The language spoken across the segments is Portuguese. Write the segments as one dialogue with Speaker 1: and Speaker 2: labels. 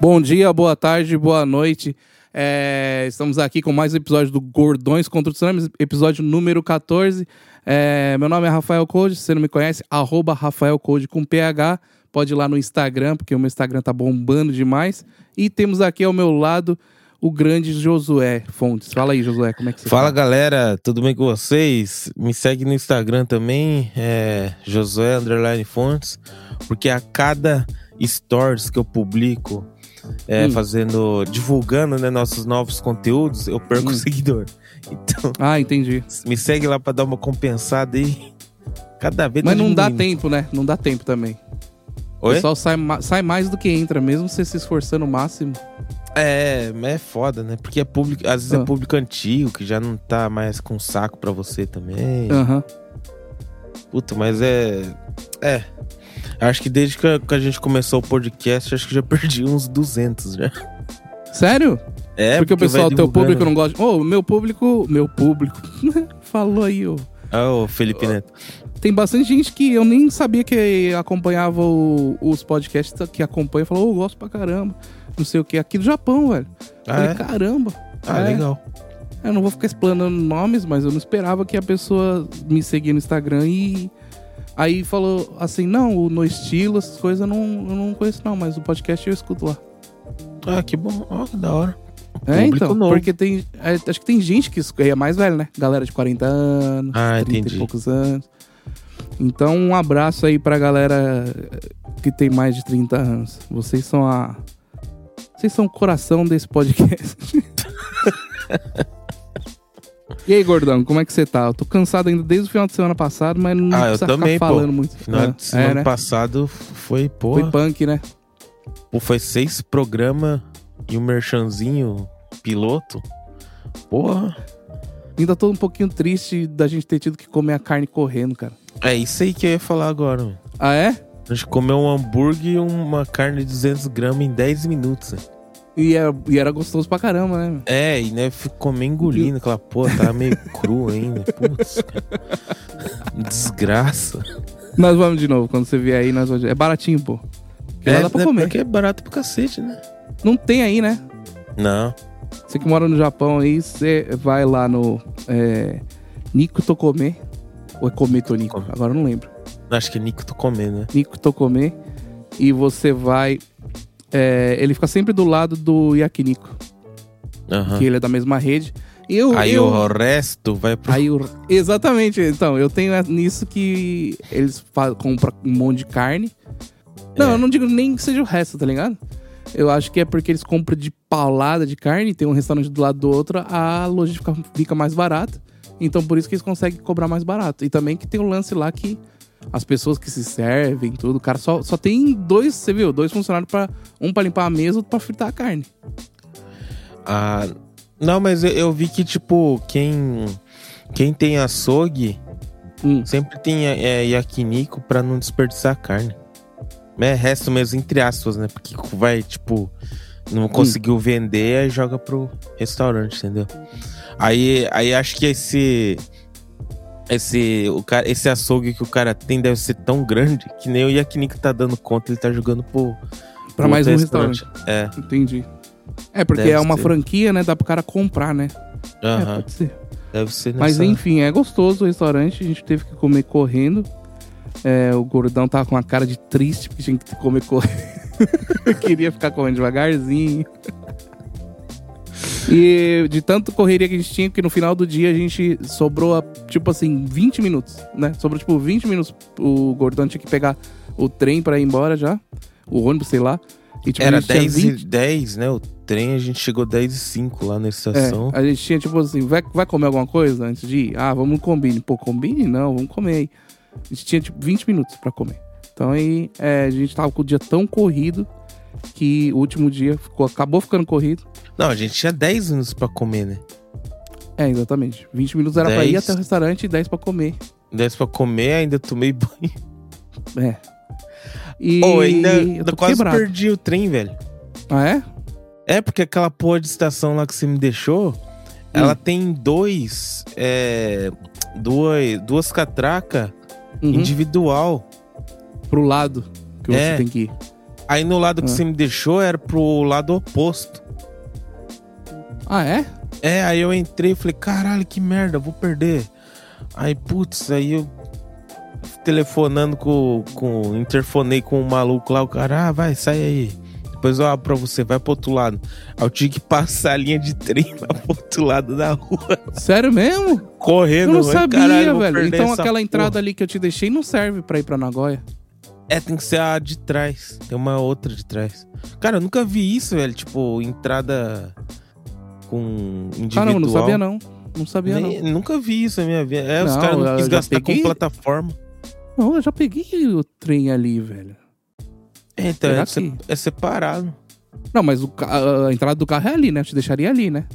Speaker 1: Bom dia, boa tarde, boa noite. É, estamos aqui com mais um episódio do Gordões contra o Tsunamis, episódio número 14. É, meu nome é Rafael Code, se você não me conhece, arroba Rafael Code com PH. Pode ir lá no Instagram, porque o meu Instagram tá bombando demais. E temos aqui ao meu lado o grande Josué Fontes. Fala aí, Josué, como é que você
Speaker 2: Fala
Speaker 1: tá?
Speaker 2: galera, tudo bem com vocês? Me segue no Instagram também, é Josué Underline Fontes, porque a cada stories que eu publico, é,
Speaker 1: Hum.
Speaker 2: fazendo, divulgando né, nossos novos conteúdos, eu perco
Speaker 1: Hum.
Speaker 2: seguidor. Então,
Speaker 1: Ah, entendi.
Speaker 2: me segue lá pra dar uma compensada aí. Cada vez tá
Speaker 1: Mas não dá
Speaker 2: diminuindo.
Speaker 1: tempo, né? Não dá tempo também. O
Speaker 2: Oi?
Speaker 1: pessoal sai, ma- sai mais do que entra, mesmo você se esforçando o máximo.
Speaker 2: É, mas é foda, né? Porque é público, às vezes
Speaker 1: Ah.
Speaker 2: é público antigo que já não tá mais com saco pra você também.
Speaker 1: Aham.
Speaker 2: Puta, mas é. É. Acho que desde que a, que a gente começou o podcast, acho que já perdi uns 200 já.
Speaker 1: Sério?
Speaker 2: É,
Speaker 1: porque, o pessoal,
Speaker 2: vai
Speaker 1: teu
Speaker 2: divulgando. né?
Speaker 1: público não gosta. Ô, meu público. Meu público. Falou aí, ô.
Speaker 2: Ah, o Felipe Neto.
Speaker 1: Tem bastante gente que eu nem sabia que acompanhava o- os podcasts que acompanha. Falou, ô, eu gosto pra caramba. Não sei o que. Aqui do Japão, velho. Eu
Speaker 2: Ah,
Speaker 1: Falei,
Speaker 2: é?
Speaker 1: caramba.
Speaker 2: Ah,
Speaker 1: É.
Speaker 2: legal.
Speaker 1: Eu não vou ficar explanando nomes, mas eu não esperava que a pessoa me seguia no Instagram e. Aí falou assim: não, o no estilo, essas coisas eu não, eu não conheço, não, mas o podcast eu escuto lá.
Speaker 2: Ah, que bom. Ó, que da hora.
Speaker 1: É,
Speaker 2: Público
Speaker 1: então,
Speaker 2: novo.
Speaker 1: porque tem. é, acho que tem gente que escu- é mais velha, né? Galera de 40 anos,
Speaker 2: Ah,
Speaker 1: 30 e
Speaker 2: entendi.
Speaker 1: poucos anos. Então, um abraço aí pra galera eh, que tem mais de 30 anos. Vocês são a. Vocês são o coração desse podcast. e aí, gordão, como é que você tá? Eu tô cansado ainda desde o final de semana passado, mas não
Speaker 2: Ah, eu
Speaker 1: precisa
Speaker 2: também, pô.
Speaker 1: ficar falando muito.
Speaker 2: Final
Speaker 1: Ah,
Speaker 2: de semana
Speaker 1: é, né?
Speaker 2: passado foi,
Speaker 1: Foi
Speaker 2: porra.
Speaker 1: punk, né?
Speaker 2: Pô, foi seis programas e um merchanzinho piloto. Porra.
Speaker 1: Ainda tô um pouquinho triste da gente ter tido que comer a carne correndo, cara.
Speaker 2: É isso aí que eu ia falar agora, mano.
Speaker 1: Ah, é?
Speaker 2: A gente comeu um hambúrguer e uma carne de 200 gramas em 10 minutos. né?
Speaker 1: E era, e era gostoso pra caramba, né? meu?
Speaker 2: É, e né, ficou meio engolindo aquela porra, tava meio cru ainda. Putz, cara. Desgraça.
Speaker 1: Nós vamos de novo, quando você vier aí, nós vamos. de- É baratinho, pô. Que lá dá pra
Speaker 2: né,
Speaker 1: comer.
Speaker 2: Porque é barato pro cacete, né?
Speaker 1: Não tem aí, né?
Speaker 2: Não.
Speaker 1: Você que mora no Japão aí, você vai lá no é, Nico Tokome. Ou é Kome Tonico?
Speaker 2: Tokome.
Speaker 1: Agora eu não lembro.
Speaker 2: Acho que é Nico tô comendo, né?
Speaker 1: Nico Tokome. E você vai. é, ele fica sempre do lado do Yakiniku,
Speaker 2: Aham.
Speaker 1: que ele é da mesma rede. Eu,
Speaker 2: Ah. Aí
Speaker 1: eu,
Speaker 2: o resto vai pro.
Speaker 1: Aí o- Exatamente, então, eu tenho é- nisso que eles fa- compram um monte de carne. Não,
Speaker 2: É.
Speaker 1: eu não digo nem que seja o resto, tá ligado? Eu acho que é porque eles compram de paulada de carne, tem um restaurante do lado do outro, a loja fica, fica mais barata. Então por isso que eles conseguem cobrar mais barato. E também que tem o lance lá que as pessoas que se servem, tudo, cara, só, só tem dois, você viu, dois funcionários para um pra limpar a mesa, outro pra fritar a carne.
Speaker 2: Ah, não, mas eu, eu vi que, tipo, quem. Quem tem açougue
Speaker 1: Hum.
Speaker 2: sempre tem é, yakinico pra não desperdiçar carne. É resto mesmo, entre aspas, né? Porque vai, tipo,
Speaker 1: Hum.
Speaker 2: não conseguiu vender, aí joga pro restaurante, entendeu? Aí, aí acho que esse. Esse, o cara, esse açougue que o cara tem deve ser tão grande que nem o yakinico tá dando conta, ele tá jogando pro.
Speaker 1: Pra
Speaker 2: pro
Speaker 1: mais um
Speaker 2: outro
Speaker 1: restaurante.
Speaker 2: É.
Speaker 1: Entendi. É, porque
Speaker 2: Deve
Speaker 1: é uma
Speaker 2: ser.
Speaker 1: franquia, né? Dá pro cara comprar, né? É,
Speaker 2: Aham.
Speaker 1: pode ser.
Speaker 2: Deve ser nessa.
Speaker 1: Mas enfim, é gostoso o restaurante, a gente teve que comer correndo. É, o gordão tava com uma cara de triste, porque tinha que comer correndo. Queria ficar comendo devagarzinho. E de tanto correria que a gente tinha, que no final do dia a gente sobrou, a, tipo assim, 20 minutos, né? Sobrou, tipo, 20 minutos. O gordão tinha que pegar o trem pra ir embora já. O ônibus, sei lá. E, tipo, a
Speaker 2: Era
Speaker 1: gente tinha
Speaker 2: 10
Speaker 1: 20
Speaker 2: e 10, né? O trem, a gente chegou 10 e 5 lá na
Speaker 1: É,
Speaker 2: estação.
Speaker 1: a gente tinha tipo assim, vai, vai comer alguma coisa antes de ir? Ah, vamos no combine. Pô, combine? Não, vamos comer aí. A gente tinha tipo 20 minutos pra comer. Então aí é, a gente tava com o dia tão corrido que o último dia ficou, acabou ficando corrido.
Speaker 2: Não, a gente tinha 10 minutos pra comer, né?
Speaker 1: É, exatamente. 20 minutos era pra ir
Speaker 2: 10.
Speaker 1: até o restaurante e 10 pra comer.
Speaker 2: 10 pra comer, ainda tomei banho.
Speaker 1: É. E
Speaker 2: Ou ainda
Speaker 1: eu
Speaker 2: ainda
Speaker 1: tô
Speaker 2: quase
Speaker 1: quebrado.
Speaker 2: perdi o trem, velho.
Speaker 1: Ah, é?
Speaker 2: É, porque aquela porra de estação lá que você me deixou, ela
Speaker 1: Hum.
Speaker 2: tem dois. É, duas, duas catracas
Speaker 1: Uhum.
Speaker 2: individual.
Speaker 1: Pro lado que você
Speaker 2: É.
Speaker 1: tem que ir.
Speaker 2: Aí no lado que
Speaker 1: Ah.
Speaker 2: você me deixou era pro lado oposto.
Speaker 1: Ah, é?
Speaker 2: É, aí eu entrei e falei, caralho, que merda, vou perder. Aí, putz, aí eu telefonando com, com. Interfonei com o maluco lá, o cara, ah, vai, sai aí. Depois eu abro pra você, vai pro outro lado. Aí eu tive que passar a linha de trem lá pro outro lado da rua,
Speaker 1: Sério mesmo? Eu
Speaker 2: correndo.
Speaker 1: não
Speaker 2: mano,
Speaker 1: sabia,
Speaker 2: caralho, vou
Speaker 1: velho.
Speaker 2: perder
Speaker 1: Então
Speaker 2: essa
Speaker 1: aquela
Speaker 2: porra.
Speaker 1: entrada ali que eu te deixei não serve pra ir pra Nagoya.
Speaker 2: É, tem que ser a de trás. Tem uma outra de trás. Cara, eu nunca vi isso, velho. Tipo, entrada com individual.
Speaker 1: Caramba, Ah, não sabia não. Não sabia não.
Speaker 2: Nem- Nunca vi isso na minha vida. É, os
Speaker 1: Não,
Speaker 2: caras
Speaker 1: eu
Speaker 2: não quis
Speaker 1: já
Speaker 2: gastar
Speaker 1: peguei-
Speaker 2: com plataforma.
Speaker 1: Não, eu já peguei o trem ali, velho.
Speaker 2: É, então,
Speaker 1: Será
Speaker 2: é, se-
Speaker 1: que-
Speaker 2: é separado.
Speaker 1: Não, mas o ca- a entrada do carro é ali, né? Eu te deixaria ali, né?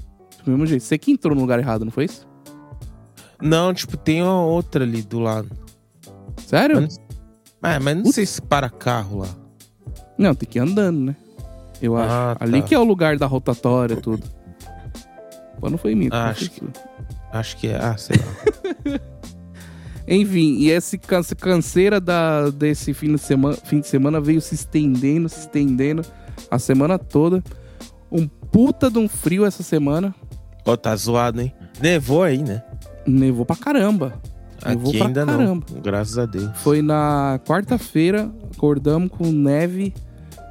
Speaker 1: Do mesmo jeito. Você que entrou no lugar errado, não foi isso?
Speaker 2: Não, tipo, tem uma outra ali do lado.
Speaker 1: Sério?
Speaker 2: Mas- Ah, mas não
Speaker 1: Putz.
Speaker 2: sei se para carro lá.
Speaker 1: Não, tem que ir andando, né? Eu acho.
Speaker 2: Ah, tá.
Speaker 1: Ali que é o lugar da rotatória, tudo. Pô, não foi em mim.
Speaker 2: Ah,
Speaker 1: foi
Speaker 2: acho
Speaker 1: tudo.
Speaker 2: Acho que é. Ah, sei lá.
Speaker 1: Enfim, e essa canseira da, desse fim de, semana, fim de semana veio se estendendo, se estendendo a semana toda. Um puta de um frio essa semana.
Speaker 2: Ó, tá zoado, hein? Nevou aí, né?
Speaker 1: Nevou pra caramba. Nevou
Speaker 2: Aqui
Speaker 1: pra
Speaker 2: ainda
Speaker 1: caramba.
Speaker 2: não. Graças a Deus.
Speaker 1: Foi na quarta-feira, acordamos com neve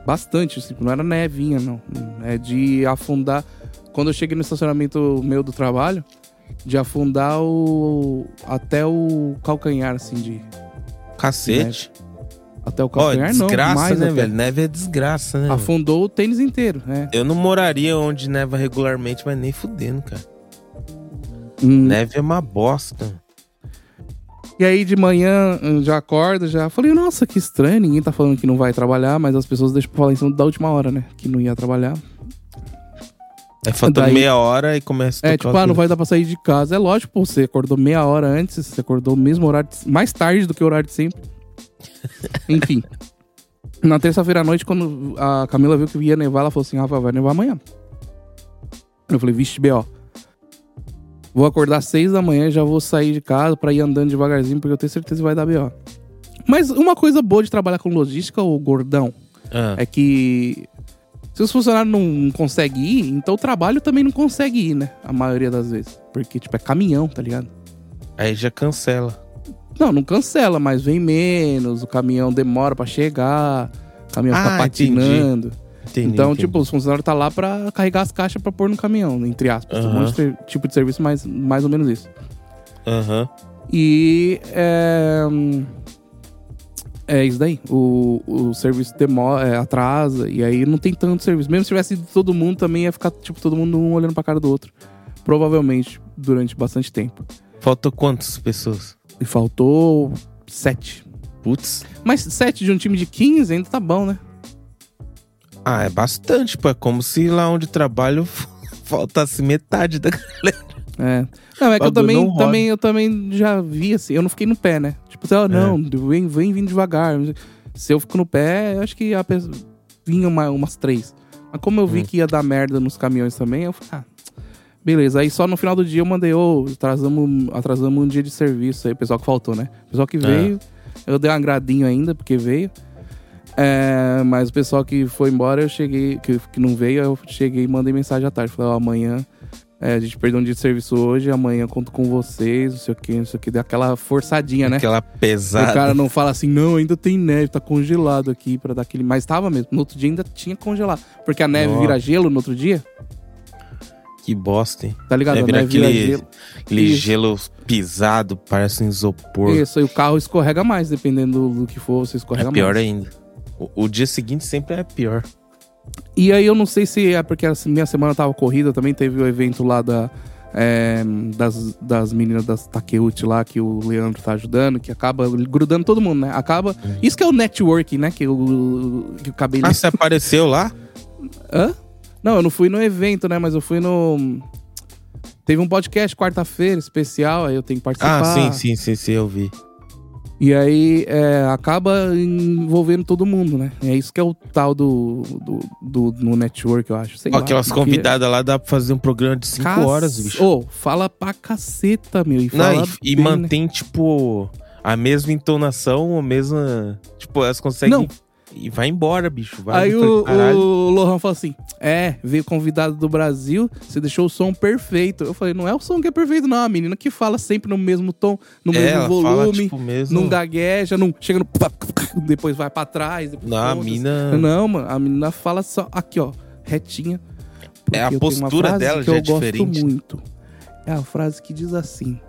Speaker 1: bastante, assim, não era nevinha, não. É de afundar. Quando eu cheguei no estacionamento meu do trabalho, de afundar o. até o calcanhar, assim, de.
Speaker 2: Cacete.
Speaker 1: Até o
Speaker 2: Ó,
Speaker 1: calcanhar, não.
Speaker 2: desgraça,
Speaker 1: mais
Speaker 2: né,
Speaker 1: até.
Speaker 2: velho? Neve é desgraça, né? velho?
Speaker 1: Afundou o tênis inteiro, né?
Speaker 2: Eu não moraria onde neva regularmente, mas nem fudendo, cara.
Speaker 1: Hum,
Speaker 2: Neve é uma bosta.
Speaker 1: E aí de manhã hum, já acordo, já falei, nossa, que estranho, ninguém tá falando que não vai trabalhar, mas as pessoas deixam pra falar em cima da última hora, né? Que não ia trabalhar.
Speaker 2: É faltando
Speaker 1: Daí-
Speaker 2: meia hora e começa a
Speaker 1: É,
Speaker 2: tocar
Speaker 1: tipo, ah,
Speaker 2: o-
Speaker 1: não vai dar pra sair de casa. É lógico, pô, você acordou meia hora antes, você acordou no mesmo horário, de- mais tarde do que o horário de sempre. Enfim. Na terça-feira à noite, quando a Camila viu que ia nevar, ela falou assim: Rafa, vai nevar amanhã. Eu falei, vixe, B.O. Vou acordar às seis da manhã, já vou sair de casa pra ir andando devagarzinho, porque eu tenho certeza que vai dar B.O. Mas uma coisa boa de trabalhar com logística, ô gordão,
Speaker 2: Ah,
Speaker 1: é que se os funcionários não conseguem ir, então o trabalho também não consegue ir, né? A maioria das vezes. Porque, tipo, é caminhão, tá ligado?
Speaker 2: Aí já cancela.
Speaker 1: Não, não cancela, mas vem menos, o caminhão demora pra chegar, o caminhão fica
Speaker 2: Ah,
Speaker 1: patinando.
Speaker 2: Entendi,
Speaker 1: então,
Speaker 2: entendi.
Speaker 1: tipo, os funcionários tá lá pra carregar as caixas pra pôr no caminhão, entre aspas. Um
Speaker 2: Aham.
Speaker 1: monte de ser- tipo de serviço, mais, mais ou menos isso.
Speaker 2: Aham.
Speaker 1: E é, hum, é isso daí. O, o serviço demora, é, atrasa e aí não tem tanto serviço. Mesmo se tivesse ido todo mundo, também ia ficar tipo todo mundo um olhando pra cara do outro. Provavelmente durante bastante tempo.
Speaker 2: Faltou quantas pessoas?
Speaker 1: E faltou sete.
Speaker 2: Putz.
Speaker 1: Mas sete de um time de 15 ainda tá bom, né?
Speaker 2: Ah, é bastante, pô. É como se lá onde trabalho faltasse metade da.
Speaker 1: É. Não, é que eu
Speaker 2: Bagulho não
Speaker 1: também,
Speaker 2: roda.
Speaker 1: também, eu também já vi assim, eu não fiquei no pé, né? Tipo
Speaker 2: É.
Speaker 1: assim, ó, não, vem, vem vindo devagar. Se eu fico no pé, eu acho que a pessoa vinha uma- umas três. Mas como eu vi
Speaker 2: Hum.
Speaker 1: que ia dar merda nos caminhões também, eu falei, ah, beleza. Aí só no final do dia eu mandei, ô, atrasamos, atrasamos um dia de serviço aí, pessoal que faltou, né? Pessoal que
Speaker 2: É.
Speaker 1: veio, eu dei um agradinho ainda, porque veio. É, mas o pessoal que foi embora, eu cheguei, que, que não veio, eu cheguei e mandei mensagem à tarde. Falei, ó, amanhã é, a gente perdeu um dia de serviço hoje, amanhã eu conto com vocês, não sei o que, não sei o que. Deu aquela forçadinha, né?
Speaker 2: Aquela pesada.
Speaker 1: O cara não fala assim, não, ainda tem neve, tá congelado aqui pra dar aquele. Mas tava mesmo, no outro dia ainda tinha congelado. Porque a neve
Speaker 2: Nossa.
Speaker 1: vira gelo no outro dia,
Speaker 2: Que bosta, hein?
Speaker 1: tá ligado?
Speaker 2: É,
Speaker 1: a
Speaker 2: vira
Speaker 1: neve vira
Speaker 2: aquele,
Speaker 1: gelo.
Speaker 2: aquele
Speaker 1: Isso.
Speaker 2: gelo pisado, parece um isopor.
Speaker 1: Isso, e o carro escorrega mais, dependendo do que for, você escorrega
Speaker 2: É pior
Speaker 1: mais.
Speaker 2: ainda. O, o dia seguinte sempre é pior.
Speaker 1: E aí eu não sei se é porque a minha semana tava corrida também, teve o evento lá da, é, das, das meninas das Takeuchi lá, que o Leandro tá ajudando, que acaba grudando todo mundo, né? Acaba. Isso que é o networking, né? Que o, que o cabelo.
Speaker 2: Ah, você apareceu lá?
Speaker 1: Hã? Não, eu não fui no evento, né? Mas eu fui no. Teve um podcast quarta-feira especial, aí eu tenho que participar.
Speaker 2: Ah, sim, sim, sim, sim, eu vi.
Speaker 1: E aí é, acaba envolvendo todo mundo, né? É isso que é o tal do, do, do no network, eu acho. Sei
Speaker 2: Ó,
Speaker 1: lá,
Speaker 2: aquelas
Speaker 1: porque-
Speaker 2: convidadas lá dá pra fazer um programa de 5
Speaker 1: Cac-
Speaker 2: horas, bicho.
Speaker 1: Ô, fala pra caceta, meu. E, fala
Speaker 2: Não, e, e
Speaker 1: bem, né?
Speaker 2: mantém, tipo, a mesma entonação, a mesma. Tipo, elas conseguem.
Speaker 1: Não.
Speaker 2: E vai embora, bicho. Vai,
Speaker 1: Aí
Speaker 2: Eu falei,
Speaker 1: o,
Speaker 2: "Caralho".
Speaker 1: o Lohan falou assim: É, veio convidado do Brasil, você deixou o som perfeito. Eu falei: Não é o som que é perfeito, não. A menina que fala sempre no mesmo tom, no
Speaker 2: É,
Speaker 1: mesmo
Speaker 2: ela fala,
Speaker 1: volume,
Speaker 2: tipo, mesmo.
Speaker 1: não gagueja, não chega no. Depois vai pra trás. Depois assim."
Speaker 2: Não, a
Speaker 1: volta.
Speaker 2: mina.
Speaker 1: Não, mano, a menina fala só aqui, ó, retinha. Porque
Speaker 2: É, a
Speaker 1: eu tenho uma
Speaker 2: postura
Speaker 1: frase
Speaker 2: dela
Speaker 1: que
Speaker 2: já
Speaker 1: eu
Speaker 2: é
Speaker 1: gosto
Speaker 2: diferente.
Speaker 1: muito. É a frase que diz assim: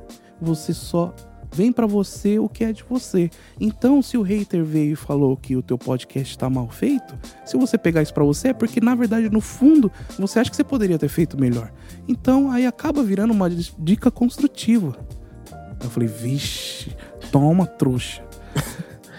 Speaker 1: Você só vem pra você o que é de você. Então, se o hater veio e falou que o teu podcast tá mal feito, se você pegar isso pra você é porque na verdade no fundo você acha que você poderia ter feito melhor. Então, aí acaba virando uma dis- dica construtiva. Eu falei: "Vixe, toma trouxa".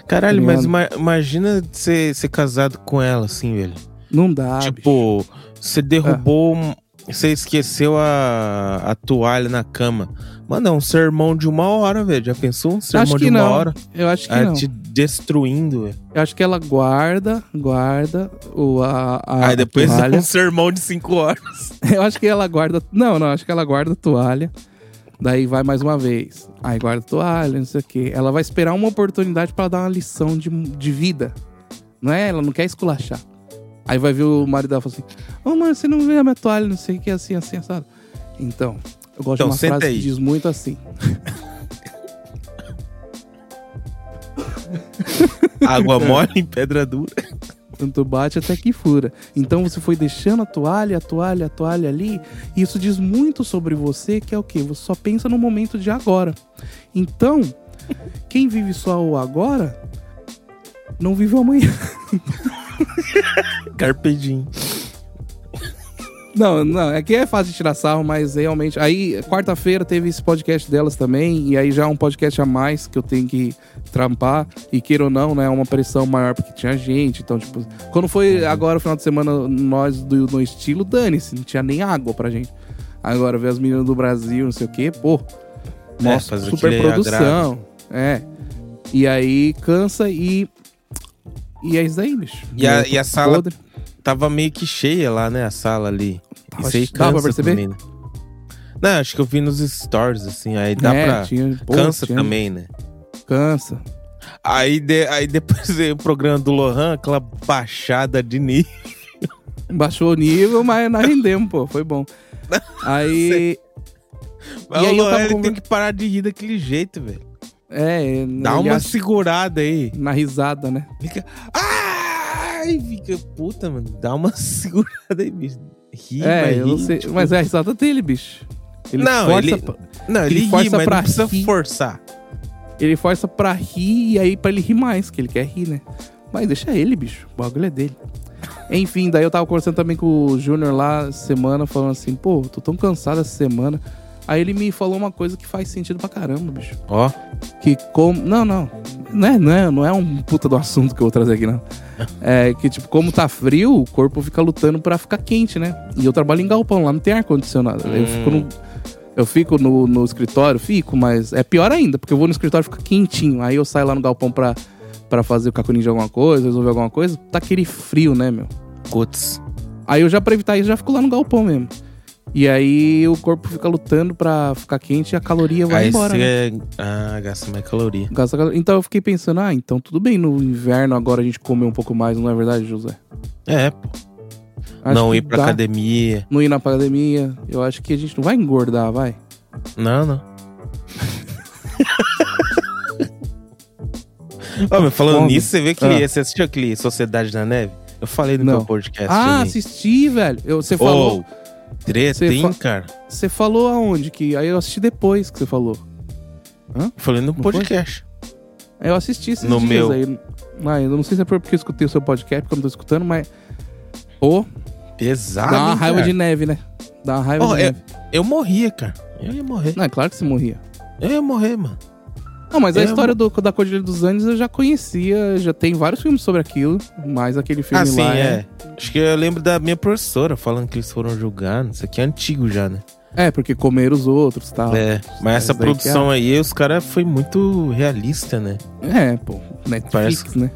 Speaker 2: Caralho, mas
Speaker 1: Mano.
Speaker 2: ima- imagina ser, ser casado com ela, assim, velho.
Speaker 1: Não dá. Ah, bicho.
Speaker 2: tipo, você derrubou. um- Você esqueceu a, a toalha na cama. Mano, é um sermão de uma hora, velho. Já pensou? Um sermão
Speaker 1: Acho
Speaker 2: de
Speaker 1: que
Speaker 2: uma
Speaker 1: não.
Speaker 2: hora.
Speaker 1: Eu acho que
Speaker 2: Ah,
Speaker 1: não.
Speaker 2: te destruindo, velho.
Speaker 1: Eu acho que ela guarda, guarda o, a, a
Speaker 2: Aí depois
Speaker 1: a toalha.
Speaker 2: um sermão de cinco horas.
Speaker 1: Eu acho que ela guarda. Não, não, acho que ela guarda a toalha. Daí vai mais uma vez. Aí guarda a toalha, não sei o quê. Ela vai esperar uma oportunidade pra dar uma lição de, de vida. Não é? Ela não quer esculachar. Aí vai ver o marido dela e fala assim: Ô, mano, você não vê a minha toalha, não sei o que, assim, assim, assado. Então, eu gosto
Speaker 2: Então,
Speaker 1: de uma
Speaker 2: senta
Speaker 1: frase
Speaker 2: aí.
Speaker 1: que diz muito assim.
Speaker 2: Água
Speaker 1: É.
Speaker 2: mole em pedra dura.
Speaker 1: Tanto bate até que fura. Então você foi deixando a toalha, a toalha, a toalha ali. E isso diz muito sobre você, que é o quê? Você só pensa no momento de agora. Então, quem vive só o agora, não vive o amanhã.
Speaker 2: Carpedinho.
Speaker 1: Não, não, é que é fácil de tirar sarro, mas realmente. Aí, quarta-feira teve esse podcast delas também, e aí já é um podcast a mais que eu tenho que trampar. E queira ou não, né? É uma pressão maior porque tinha gente. Então, tipo, quando
Speaker 2: Uhum.
Speaker 1: foi agora o final de semana, nós do No Estilo, dane-se, não tinha nem água pra gente. Agora, ver as meninas do Brasil, não sei o quê, pô.
Speaker 2: É,
Speaker 1: Nossa,
Speaker 2: fazer
Speaker 1: super
Speaker 2: aquele
Speaker 1: produção. É. E aí cansa e. E é isso aí, bicho.
Speaker 2: E a-
Speaker 1: Eu tô
Speaker 2: e a sala
Speaker 1: podre.
Speaker 2: Tava meio que cheia lá, né? A sala ali.
Speaker 1: Tava-
Speaker 2: Isso aí
Speaker 1: dá pra
Speaker 2: cansa
Speaker 1: perceber?
Speaker 2: também, né? Não, acho que eu vi nos stories, assim. Aí dá
Speaker 1: É,
Speaker 2: pra.
Speaker 1: tinha- pô,
Speaker 2: cansa
Speaker 1: tinha-
Speaker 2: também, né?
Speaker 1: Cansa.
Speaker 2: Aí, de- aí depois veio o programa do Lohan, aquela baixada de nível.
Speaker 1: Baixou o nível, mas nós rendemos, pô. Foi bom. Aí.
Speaker 2: Mas
Speaker 1: E aí eu
Speaker 2: o Lohan
Speaker 1: tava
Speaker 2: ele tem
Speaker 1: conver-
Speaker 2: que parar de rir daquele jeito, velho.
Speaker 1: É,
Speaker 2: Dá
Speaker 1: ele
Speaker 2: uma
Speaker 1: acha-
Speaker 2: segurada aí.
Speaker 1: na risada, né?
Speaker 2: Fica. Ai, fica puta, mano. Dá uma segurada aí, bicho. Ri, mas
Speaker 1: é, eu não
Speaker 2: ri,
Speaker 1: sei.
Speaker 2: tipo-
Speaker 1: Mas é a risada dele, bicho. Ele
Speaker 2: Não,
Speaker 1: força
Speaker 2: ele-
Speaker 1: pra-
Speaker 2: Não,
Speaker 1: ele
Speaker 2: ele, ri,
Speaker 1: força
Speaker 2: mas
Speaker 1: pra
Speaker 2: não precisa
Speaker 1: rir.
Speaker 2: forçar.
Speaker 1: ele força pra rir e aí pra ele rir mais, que ele quer rir, né? Mas deixa ele, bicho. O bagulho é dele. Enfim, daí eu tava conversando também com o Júnior lá semana, falando assim, pô, tô tão cansado essa semana. Aí ele me falou uma coisa que faz sentido pra caramba, bicho.
Speaker 2: Ó.
Speaker 1: que como. Não, não. Não é, não, é, não é um puta do assunto que eu vou trazer aqui, não. É que, tipo, como tá frio, o corpo fica lutando pra ficar quente, né? E eu trabalho em galpão, lá não tem ar-condicionado.
Speaker 2: Hum.
Speaker 1: Eu fico no. Eu fico no, no escritório, fico, mas é pior ainda, porque eu vou no escritório e fica quentinho. Aí eu saio lá no galpão pra, pra fazer o cacuninho de alguma coisa, resolver alguma coisa. Tá aquele frio, né, meu?
Speaker 2: Putz.
Speaker 1: Aí eu já pra evitar isso, já fico lá no galpão mesmo. E aí o corpo fica lutando pra ficar quente e a caloria vai
Speaker 2: Aí
Speaker 1: embora. né?
Speaker 2: você. Ah, gasta mais caloria.
Speaker 1: Gasta calor. Então eu fiquei pensando, ah, então tudo bem no inverno agora a gente comer um pouco mais, não é verdade, José?
Speaker 2: É, pô.
Speaker 1: Acho
Speaker 2: não
Speaker 1: que
Speaker 2: ir pra
Speaker 1: dá.
Speaker 2: academia.
Speaker 1: Não ir na academia. Eu acho que a gente não vai engordar, vai.
Speaker 2: Não, não. Ó, mas falando
Speaker 1: Come.
Speaker 2: nisso, você vê que
Speaker 1: Ah.
Speaker 2: você assistiu aquele Sociedade na Neve? Eu falei no
Speaker 1: Não.
Speaker 2: meu podcast.
Speaker 1: ah,
Speaker 2: também.
Speaker 1: assisti, velho. Eu- Você
Speaker 2: É, Ô,
Speaker 1: falou.
Speaker 2: treta,
Speaker 1: Você
Speaker 2: hein,
Speaker 1: fa-
Speaker 2: cara?
Speaker 1: Você falou aonde? Que aí eu assisti depois que você falou.
Speaker 2: Eu falei no
Speaker 1: foi?
Speaker 2: podcast.
Speaker 1: Aí Eu assisti esses
Speaker 2: No
Speaker 1: dias
Speaker 2: meu.
Speaker 1: aí. Ah, eu não sei se é porque eu escutei o seu podcast, porque eu não tô escutando, mas. Ô,
Speaker 2: Pesado.
Speaker 1: dá uma
Speaker 2: hein,
Speaker 1: raiva
Speaker 2: cara?
Speaker 1: de neve, né? Dá uma raiva
Speaker 2: Ah, Ó,
Speaker 1: de
Speaker 2: é-
Speaker 1: neve.
Speaker 2: Eu morria, cara. Eu ia morrer.
Speaker 1: Não, é claro que você morria.
Speaker 2: Eu ia morrer, mano.
Speaker 1: Não, mas a
Speaker 2: Eu-
Speaker 1: história do, da Cordilheira dos Andes eu já conhecia, já tem vários filmes sobre aquilo, mas aquele filme
Speaker 2: Ah, sim,
Speaker 1: lá é.
Speaker 2: é. Acho que eu lembro da minha professora falando que eles foram julgar. Isso aqui é antigo já, né?
Speaker 1: É, porque comer os outros e tal.
Speaker 2: É, mas essa
Speaker 1: Ah, daí que é-
Speaker 2: produção aí, os caras foi muito realista, né?
Speaker 1: É, pô. Netflix,
Speaker 2: Parece-
Speaker 1: né?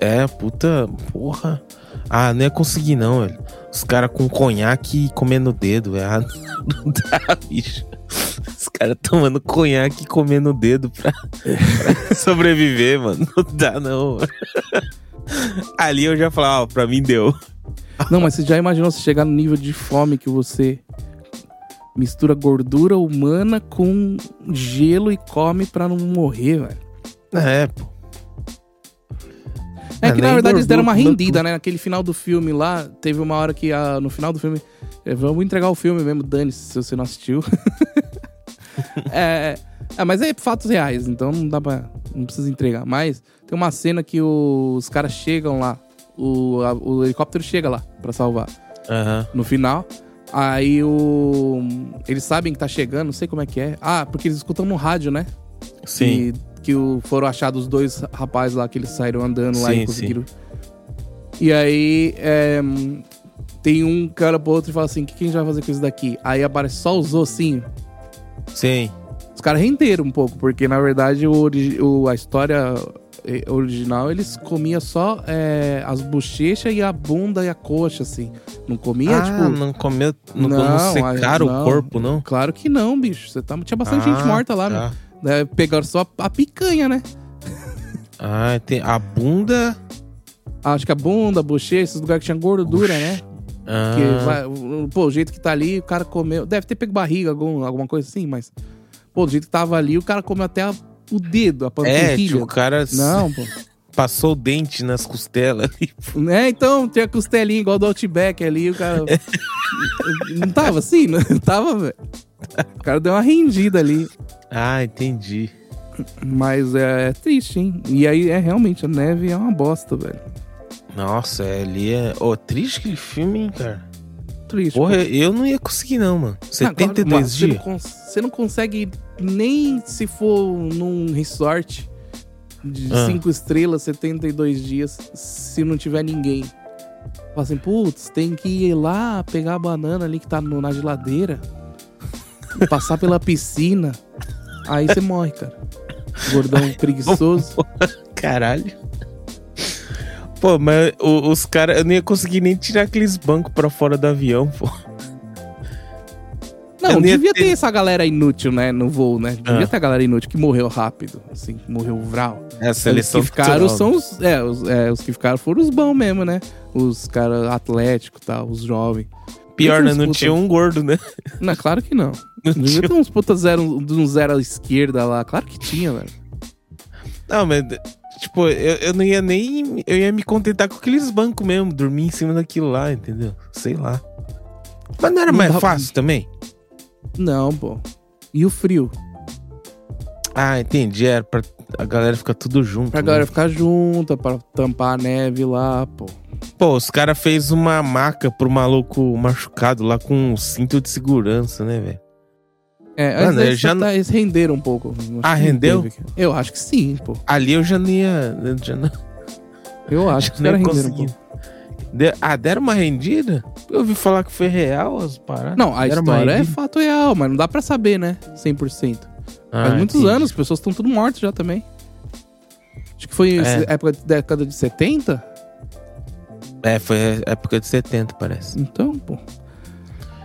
Speaker 2: É, puta, porra. Ah, não ia conseguir não, velho. Os caras com conhaque e comendo dedo, velho. Ah, não dá, bicho. Os caras tomando conhaque e comendo dedo pra, pra sobreviver, mano. Não dá, não. Ali eu já falava, ó, pra mim deu.
Speaker 1: Não, mas você já imaginou se chegar no nível de fome que você mistura gordura humana com gelo e come pra não morrer, velho?
Speaker 2: É, pô.
Speaker 1: É
Speaker 2: Ah,
Speaker 1: que na
Speaker 2: nem
Speaker 1: verdade eles deram uma
Speaker 2: gordura, não,
Speaker 1: rendida, né? Naquele final do filme lá, teve uma hora que ah, no final do filme. eh, Vamos entregar o filme mesmo, dane-se se você não assistiu. é, é, mas é fatos reais, então não dá pra. Não precisa entregar. Mas tem uma cena que os caras chegam lá. O, a- o helicóptero chega lá pra salvar
Speaker 2: Aham.
Speaker 1: no final. Aí o. Eles sabem que tá chegando, não sei como é que é. Ah, porque eles escutam no rádio, né?
Speaker 2: Sim.
Speaker 1: Que, que o, foram achados os dois rapazes lá que eles saíram andando lá
Speaker 2: Sim,
Speaker 1: e conseguiram. E aí é, hum, tem um que olha pro outro e fala assim: o que, que a gente vai fazer com isso daqui? Aí aparece só os ossinhos.
Speaker 2: Sim.
Speaker 1: Os caras renderam um pouco, porque na verdade o origi- o- a história eh, original eles comiam só é, as bochechas e a bunda e a coxa, assim. Não comia,
Speaker 2: ah,
Speaker 1: tipo.
Speaker 2: não comeu. Não, não,
Speaker 1: Não,
Speaker 2: secaram
Speaker 1: ah, não.
Speaker 2: o corpo, não?
Speaker 1: Claro que não, bicho. Você tá, tinha bastante
Speaker 2: Ah,
Speaker 1: gente morta lá, né?
Speaker 2: tá.
Speaker 1: né? Pegaram só a, a picanha, né?
Speaker 2: Ah, tem a bunda.
Speaker 1: Acho que a bunda, a bochecha, esses lugares que tinha gordura, né?
Speaker 2: Ah,
Speaker 1: Que vai- o- pô, o jeito que tá ali, o cara comeu. Deve ter pego barriga, algum- alguma coisa assim, mas. Pô, do jeito que tava ali, o cara comeu até a- o dedo, a
Speaker 2: É,
Speaker 1: panturrilha.
Speaker 2: tipo, o cara
Speaker 1: Não, pô.
Speaker 2: passou o dente nas costelas ali.
Speaker 1: É, então, tinha costelinha igual do Outback ali, o cara.
Speaker 2: É.
Speaker 1: não tava assim? Não tava, velho. O cara deu uma rendida ali.
Speaker 2: Ah, entendi.
Speaker 1: Mas é, triste, hein? E aí, é realmente, a neve é uma bosta, velho.
Speaker 2: Nossa, é, ali é. Ô, triste aquele filme, hein, cara?
Speaker 1: Triste.
Speaker 2: Porra, eu não ia conseguir, não, mano.
Speaker 1: Ah, claro,
Speaker 2: 72
Speaker 1: mano, Você não,
Speaker 2: dias?
Speaker 1: cons- você não consegue nem se for num resort de
Speaker 2: Ah.
Speaker 1: 5 estrelas, 72 dias, se não tiver ninguém. Fala assim, putz, tem que ir lá pegar a banana ali que tá no- na geladeira, passar pela piscina, aí você morre, cara. Gordão preguiçoso.
Speaker 2: Caralho. Pô, mas o- os caras. Eu não ia conseguir nem tirar aqueles bancos pra fora do avião, pô.
Speaker 1: Não,
Speaker 2: Eu nem ia
Speaker 1: devia
Speaker 2: ter-
Speaker 1: ter essa galera inútil, né, no voo, né? Devia
Speaker 2: Ah.
Speaker 1: ter a galera inútil que morreu rápido, assim, morreu vral.
Speaker 2: É a seleção
Speaker 1: os que ficaram
Speaker 2: natural,
Speaker 1: são os, é, os, é, os que ficaram foram os bons mesmo, né? Os caras atléticos e tal, os jovens.
Speaker 2: né? Pior, né?
Speaker 1: Esses
Speaker 2: Não
Speaker 1: puta-
Speaker 2: tinha um gordo, né?
Speaker 1: Não, claro que não.
Speaker 2: Não
Speaker 1: Devia
Speaker 2: tinha
Speaker 1: ter uns puta zero, um zero à esquerda lá. Claro que tinha, velho.
Speaker 2: Não, mas, tipo, eu, eu não ia nem. Eu ia me contentar com aqueles bancos mesmo, dormir em cima daquilo lá, entendeu? Sei lá. Mas não era
Speaker 1: Não
Speaker 2: mais
Speaker 1: dá-
Speaker 2: fácil também?
Speaker 1: Não, pô. E o frio?
Speaker 2: Ah, entendi. Era pra a galera ficar tudo junto.
Speaker 1: Pra
Speaker 2: né?
Speaker 1: galera ficar junta, pra tampar a neve lá, pô.
Speaker 2: Pô, os caras fez uma maca pro maluco machucado lá com um cinto de segurança, né, velho?
Speaker 1: É,
Speaker 2: Mano,
Speaker 1: mas
Speaker 2: eu
Speaker 1: eles,
Speaker 2: já
Speaker 1: tá- eles renderam um pouco. Acho
Speaker 2: Ah,
Speaker 1: que não
Speaker 2: rendeu?
Speaker 1: teve aqui. Eu acho que sim, pô.
Speaker 2: Ali eu já não ia. eu Já não,
Speaker 1: Eu acho
Speaker 2: já
Speaker 1: que os
Speaker 2: não ia
Speaker 1: caras renderam um
Speaker 2: conseguir.
Speaker 1: pouco.
Speaker 2: De- ah, deram uma rendida? Eu ouvi falar que foi real as paradas.
Speaker 1: Não, a
Speaker 2: Deram uma
Speaker 1: história é
Speaker 2: rendida?
Speaker 1: fato real, mas não dá pra saber, né? 100%. Faz
Speaker 2: Ah,
Speaker 1: muitos
Speaker 2: entendi.
Speaker 1: anos, as pessoas estão tudo mortas já também. Acho que foi
Speaker 2: É.
Speaker 1: época da década de 70?
Speaker 2: É, foi época de 70, parece.
Speaker 1: Então, pô.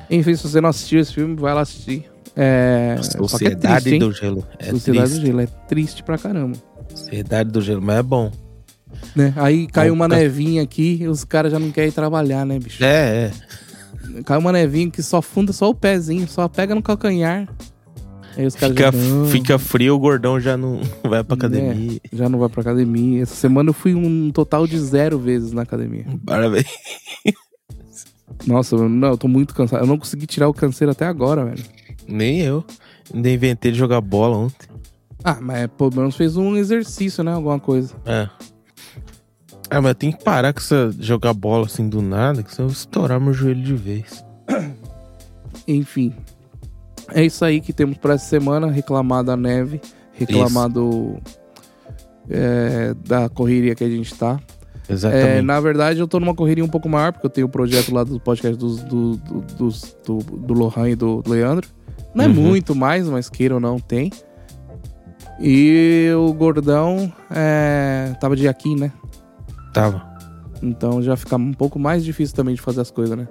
Speaker 1: Enfim, se você não assistiu esse filme, vai lá assistir. É. só que é
Speaker 2: Sociedade
Speaker 1: triste, hein?
Speaker 2: do Gelo. É
Speaker 1: Sociedade
Speaker 2: triste.
Speaker 1: do Gelo. É triste pra caramba.
Speaker 2: Sociedade do Gelo, mas é bom.
Speaker 1: Né? Aí caiu uma
Speaker 2: Puta.
Speaker 1: nevinha aqui e os caras já não querem ir trabalhar, né, bicho?
Speaker 2: tá. É, é.
Speaker 1: Caiu uma nevinha que só afunda só o pezinho, só pega no calcanhar. Aí os caras já,
Speaker 2: Fica,
Speaker 1: não, É. né?
Speaker 2: fica frio, o gordão já não vai pra academia.
Speaker 1: já não vai pra academia. Essa semana eu fui um total de zero vezes na academia.
Speaker 2: Parabéns.
Speaker 1: Nossa, eu- não, eu tô muito cansado. Eu não consegui tirar o canseiro até agora, velho.
Speaker 2: Nem eu. Ainda inventei de jogar bola ontem.
Speaker 1: Ah, mas pelo menos fez um exercício, né? Alguma coisa.
Speaker 2: É. Ah, mas tem que parar com essa jogar bola assim do nada, que senão eu vou estourar meu joelho de vez.
Speaker 1: Enfim. É isso aí que temos pra essa semana. Reclamar da neve. Reclamar do. é, da correria que a gente tá.
Speaker 2: Exatamente.
Speaker 1: É, na verdade, eu tô numa correria um pouco maior, porque eu tenho o projeto lá do podcast dos, do, do, dos- do, do Lohan e do Leandro. Não é
Speaker 2: Uhum.
Speaker 1: muito mais, mas queira ou não, tem. E o Gordão é, tava de aqui, né?
Speaker 2: Tava.
Speaker 1: Então já fica um pouco mais difícil também de fazer as coisas, né?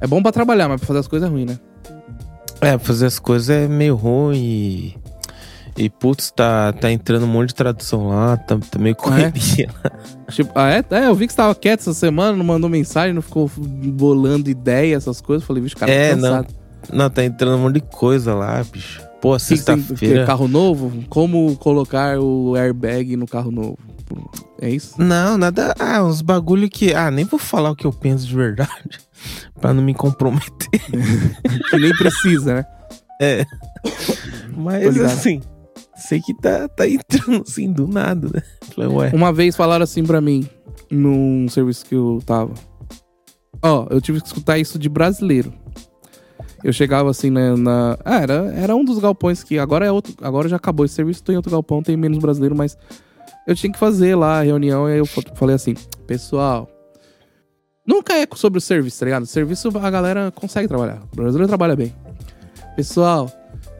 Speaker 1: É bom pra trabalhar, mas pra fazer as coisas é ruim, né?
Speaker 2: É, fazer as coisas é meio ruim e. E putz, tá, tá entrando um monte de tradução lá, tá, tá
Speaker 1: Ah,
Speaker 2: meio
Speaker 1: é?
Speaker 2: correria.
Speaker 1: Tipo, ah, é? É, eu vi que você tava quieto essa semana, não mandou mensagem, não ficou bolando ideia, essas coisas. Falei, bicho, cara,
Speaker 2: É,
Speaker 1: tô cansado.
Speaker 2: Não, tá entrando um monte de coisa lá, bicho. Pô,
Speaker 1: O que que tem- que-
Speaker 2: sexta-feira.
Speaker 1: Carro novo? Como colocar o airbag no carro novo? É isso?
Speaker 2: Não, nada. Ah, uns bagulho que. Ah, nem vou falar o que eu penso de verdade. pra não me comprometer.
Speaker 1: Que nem precisa, né?
Speaker 2: É.
Speaker 1: Tô
Speaker 2: Mas
Speaker 1: ligado.
Speaker 2: assim, sei que tá, tá entrando assim do nada, né? Falei, ué.
Speaker 1: Uma vez falaram assim pra mim, num serviço que eu tava. Ó, eu tive que escutar isso de brasileiro. Eu chegava assim na. na- Ah, era, era um dos galpões que agora é outro. Agora já acabou esse serviço, tô em outro galpão, tem menos brasileiro, mas eu tinha que fazer lá a reunião e aí eu fa- falei assim, pessoal. Nunca é sobre o serviço, tá ligado? O serviço a galera consegue trabalhar. O brasileiro trabalha bem. Pessoal,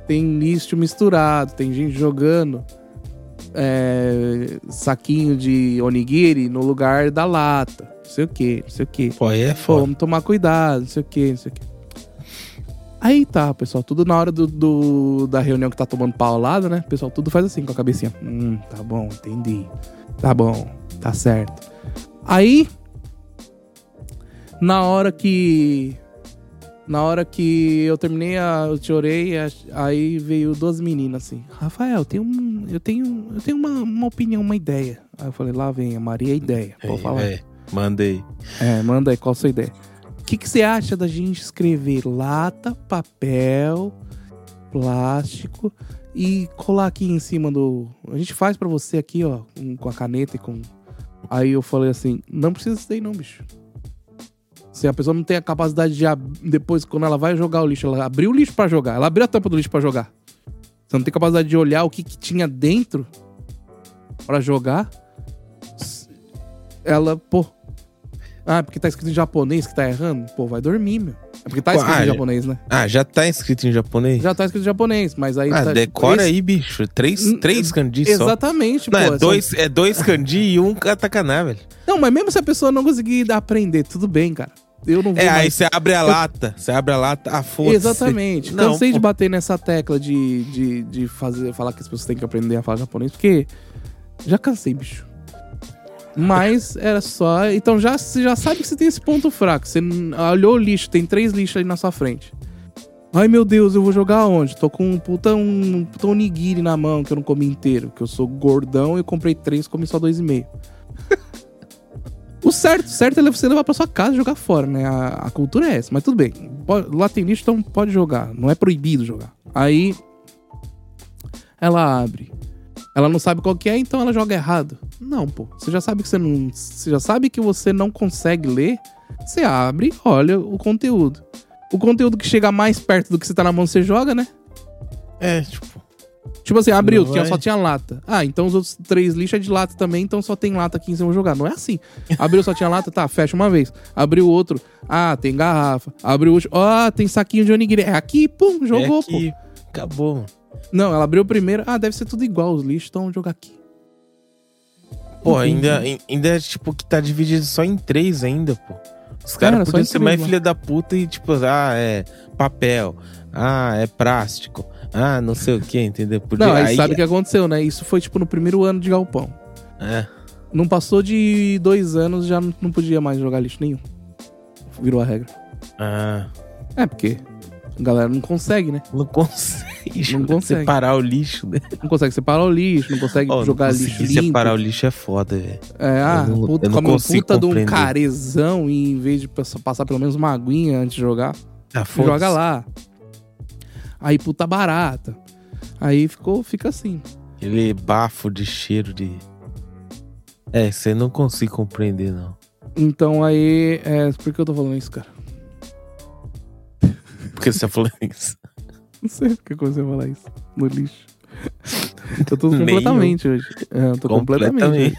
Speaker 1: tem lixo misturado, tem gente jogando é, saquinho de onigiri no lugar da lata. Não sei o que, não sei o que.
Speaker 2: Pô, aí é
Speaker 1: Pô,
Speaker 2: foda.
Speaker 1: vamos tomar cuidado, não sei o que, não sei o que. Aí tá, pessoal, tudo na hora do, do- da reunião que tá tomando paulada, né? Pessoal, tudo faz assim com a cabecinha. Hum, tá bom, entendi. Tá bom, tá certo. Aí, na hora que. Na hora que eu terminei, a, eu te orei, a- aí veio duas meninas assim. Rafael, tem um, eu tenho, eu tenho uma, uma opinião, uma ideia. Aí eu falei, lá vem a Maria a ideia. Vou falar.
Speaker 2: É, mandei.
Speaker 1: É, manda aí, qual a sua ideia? O que, que você acha da gente escrever lata, papel, plástico e colar aqui em cima do. A gente faz pra você aqui, ó, um- com a caneta e com. Aí eu falei assim: não precisa disso daí, não, bicho. Se a pessoa não tem a capacidade de. ab- Depois, quando ela vai jogar o lixo, ela abriu o lixo pra jogar, ela abriu a tampa do lixo pra jogar. Você não tem capacidade de olhar o que, que tinha dentro pra jogar. S- Ela, pô, ah, porque tá escrito em japonês que tá errando? Pô, vai dormir, meu. É porque tá
Speaker 2: Pô,
Speaker 1: escrito
Speaker 2: ah,
Speaker 1: em japonês, né?
Speaker 2: Ah, já tá escrito em japonês?
Speaker 1: Já tá escrito em japonês, mas aí.
Speaker 2: ah,
Speaker 1: tá,
Speaker 2: decora
Speaker 1: esse-
Speaker 2: aí, bicho. Três,
Speaker 1: Hum, tipo assim.
Speaker 2: três kanji só.
Speaker 1: Exatamente,
Speaker 2: Não,
Speaker 1: pô.
Speaker 2: é,
Speaker 1: são-
Speaker 2: dois, é dois kanji e um katakana, velho.
Speaker 1: Não, mas mesmo se a pessoa não conseguir aprender, tudo bem, cara. Eu não vou.
Speaker 2: É, aí
Speaker 1: mais...
Speaker 2: você abre a lata. Você abre a lata, ah, foda-se.
Speaker 1: Exatamente.
Speaker 2: Não,
Speaker 1: Cansei de
Speaker 2: pô.
Speaker 1: bater nessa tecla de, de, de fazer, falar que as pessoas têm que aprender a falar japonês, porque já cansei, bicho. Mas era só. Então já, você já sabe que você tem esse ponto fraco. Você n- olhou o lixo, tem três lixos ali na sua frente. Ai meu Deus, eu vou jogar onde? Tô com um puta, um, um puta onigiri na mão que eu não comi inteiro, que eu sou gordão e eu comprei três, comi só dois e meio. O certo, o certo é você levar pra sua casa e jogar fora, né? A, a cultura é essa, mas tudo bem. Po- Lá tem lixo, então pode jogar. Não é proibido jogar. Aí. Ela abre. Ela não sabe qual que é, então ela joga errado. Não, pô. Você já sabe que você não. Você já sabe que você não consegue ler. Você abre, olha o conteúdo. O conteúdo que chega mais perto do que você tá na mão, você joga, né?
Speaker 2: É, tipo.
Speaker 1: Tipo assim, abriu,
Speaker 2: Não é?
Speaker 1: tinha,
Speaker 2: vai.
Speaker 1: só tinha lata. Ah, então os outros três lixos é de lata também, então só tem lata aqui em cima jogar. Não é assim. Abriu, só tinha lata, tá, fecha uma vez. Abriu outro, ah, tem garrafa. Abriu o último, ah, tem saquinho de onigiri. É aqui, pum, jogou,
Speaker 2: é que Acabou, mano.
Speaker 1: pô. Não, ela abriu o primeiro, ah, deve ser tudo igual os lixos, então joga aqui.
Speaker 2: Pô,
Speaker 1: Entendi.
Speaker 2: ainda, ai- ainda é tipo que tá dividido só em três ainda, pô. Os
Speaker 1: Cara,
Speaker 2: caras
Speaker 1: só
Speaker 2: podiam
Speaker 1: em
Speaker 2: ser
Speaker 1: três,
Speaker 2: mais
Speaker 1: mano.
Speaker 2: filha da puta e tipo, ah, é papel, ah, é plástico, ah, não sei o que, entendeu? Podia,
Speaker 1: Não, aí, sabe o que aconteceu, né? Isso foi, tipo, no primeiro ano de galpão.
Speaker 2: É,
Speaker 1: Não passou de dois anos, já não não podia mais jogar lixo nenhum. Virou a regra.
Speaker 2: ah,
Speaker 1: É, porque a galera não consegue, né?
Speaker 2: não consegue,
Speaker 1: Não consegue.
Speaker 2: separar o lixo, né?
Speaker 1: Não consegue separar o lixo, não consegue
Speaker 2: Ó, não
Speaker 1: jogar lixo
Speaker 2: conseguir
Speaker 1: limpo.
Speaker 2: separar o lixo é foda, velho.
Speaker 1: É, ah,
Speaker 2: não-
Speaker 1: puta,
Speaker 2: eu não
Speaker 1: come um
Speaker 2: consigo
Speaker 1: puta de um
Speaker 2: compreender.
Speaker 1: carezão e em vez de passa- passar pelo menos uma aguinha antes de jogar,
Speaker 2: Ah, foda-se.
Speaker 1: joga lá. Aí puta barata. Aí ficou, fica assim.
Speaker 2: Aquele bafo de cheiro de. É, você não consegue compreender, não.
Speaker 1: Então aí, é, por que eu tô falando isso, cara?
Speaker 2: Porque você tá falando isso.
Speaker 1: Não sei por que eu comecei a falar isso no lixo. Eu tô
Speaker 2: Nenhum.
Speaker 1: né? completamente hoje. É, eu tô completamente. hoje.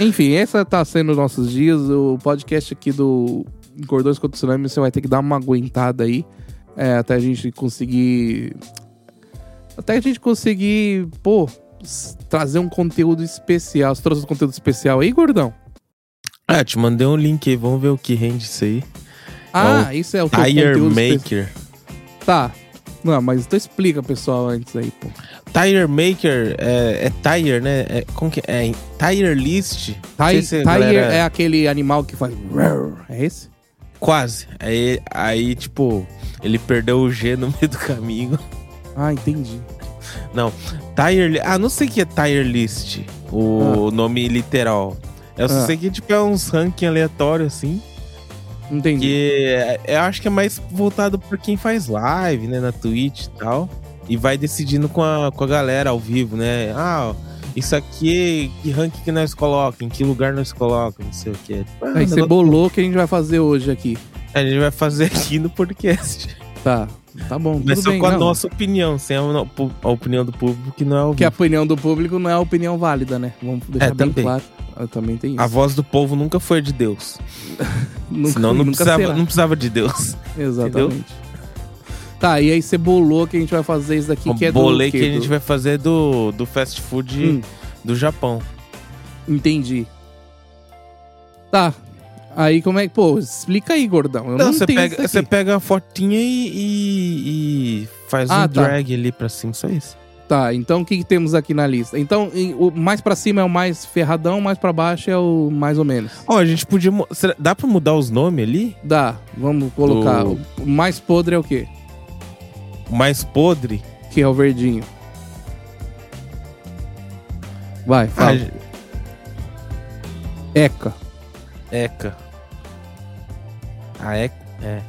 Speaker 1: Enfim, essa tá sendo os nossos dias. O podcast aqui do Gordões contra o Tsunami, você vai ter que dar uma aguentada aí. é, até a gente conseguir. Até a gente conseguir, pô, s- trazer um conteúdo especial. Você trouxe um conteúdo especial aí, gordão?
Speaker 2: Ah, te mandei um link aí, vamos ver o que rende isso aí.
Speaker 1: Ah, isso é o teu
Speaker 2: Tire
Speaker 1: conteúdo espe-
Speaker 2: Maker.
Speaker 1: Tá. Não, mas então explica, pessoal, antes aí, pô.
Speaker 2: Tire Maker é, é tire, né? É, como que é? Tire List? Não sei
Speaker 1: Tiger
Speaker 2: se a galera-
Speaker 1: é aquele animal que faz. É esse?
Speaker 2: Quase. Aí, aí, tipo, ele perdeu o G no meio do caminho.
Speaker 1: Ah, entendi.
Speaker 2: Tire Li- Ah, não sei o que é Tire List, o nome literal. Eu só
Speaker 1: Ah.
Speaker 2: sei que tipo, é uns ranking aleatório, assim.
Speaker 1: Entendi.
Speaker 2: Que é- eu acho que é mais voltado pra quem faz live, né? Na Twitch e tal. E vai decidindo com a, com a galera ao vivo, né? Ah, isso aqui, que ranking que nós coloca, em que lugar nós coloca, não sei o quê. Tipo, ah,
Speaker 1: Aí você
Speaker 2: negócio-
Speaker 1: bolou o que a gente vai fazer hoje aqui.
Speaker 2: a gente vai fazer aqui no podcast.
Speaker 1: Tá. Tá bom.
Speaker 2: Mas
Speaker 1: tudo
Speaker 2: só
Speaker 1: bem,
Speaker 2: com a
Speaker 1: não.
Speaker 2: nossa opinião, sem a, no- a opinião do público que não é ao
Speaker 1: Que a
Speaker 2: vivo.
Speaker 1: opinião do público não é a opinião válida, né? Vamos deixar
Speaker 2: É,
Speaker 1: bem
Speaker 2: também.
Speaker 1: claro. Eu também tem isso.
Speaker 2: A voz do povo nunca foi de Deus.
Speaker 1: Nunca-
Speaker 2: Senão não
Speaker 1: nunca
Speaker 2: precisava,
Speaker 1: será.
Speaker 2: não precisava de Deus.
Speaker 1: Exatamente. Tá, e aí você bolou que a gente vai fazer isso daqui,
Speaker 2: o
Speaker 1: que é do
Speaker 2: bolei
Speaker 1: quê?
Speaker 2: que a gente
Speaker 1: Do-
Speaker 2: vai fazer do, do fast food
Speaker 1: Hum,
Speaker 2: do Japão.
Speaker 1: entendi. Tá. Aí como é que... Pô, explica aí, gordão. Eu não,
Speaker 2: Não, você
Speaker 1: entendo
Speaker 2: pega,
Speaker 1: isso
Speaker 2: você
Speaker 1: aqui.
Speaker 2: pega a fotinha e, e- e faz
Speaker 1: Ah,
Speaker 2: um
Speaker 1: tá.
Speaker 2: drag ali pra cima, só isso.
Speaker 1: Tá, então o que, que temos aqui na lista? Então, em- o mais pra cima é o mais ferradão, mais pra baixo é o mais ou menos.
Speaker 2: Ó, a gente podia. mo- será- dá pra mudar os nomes ali?
Speaker 1: Dá, vamos colocar.
Speaker 2: Do-
Speaker 1: O mais podre é o quê?
Speaker 2: O mais podre?
Speaker 1: Que é o verdinho. Vai,
Speaker 2: Ah,
Speaker 1: fala. Eca.
Speaker 2: Eca. A Eca. É.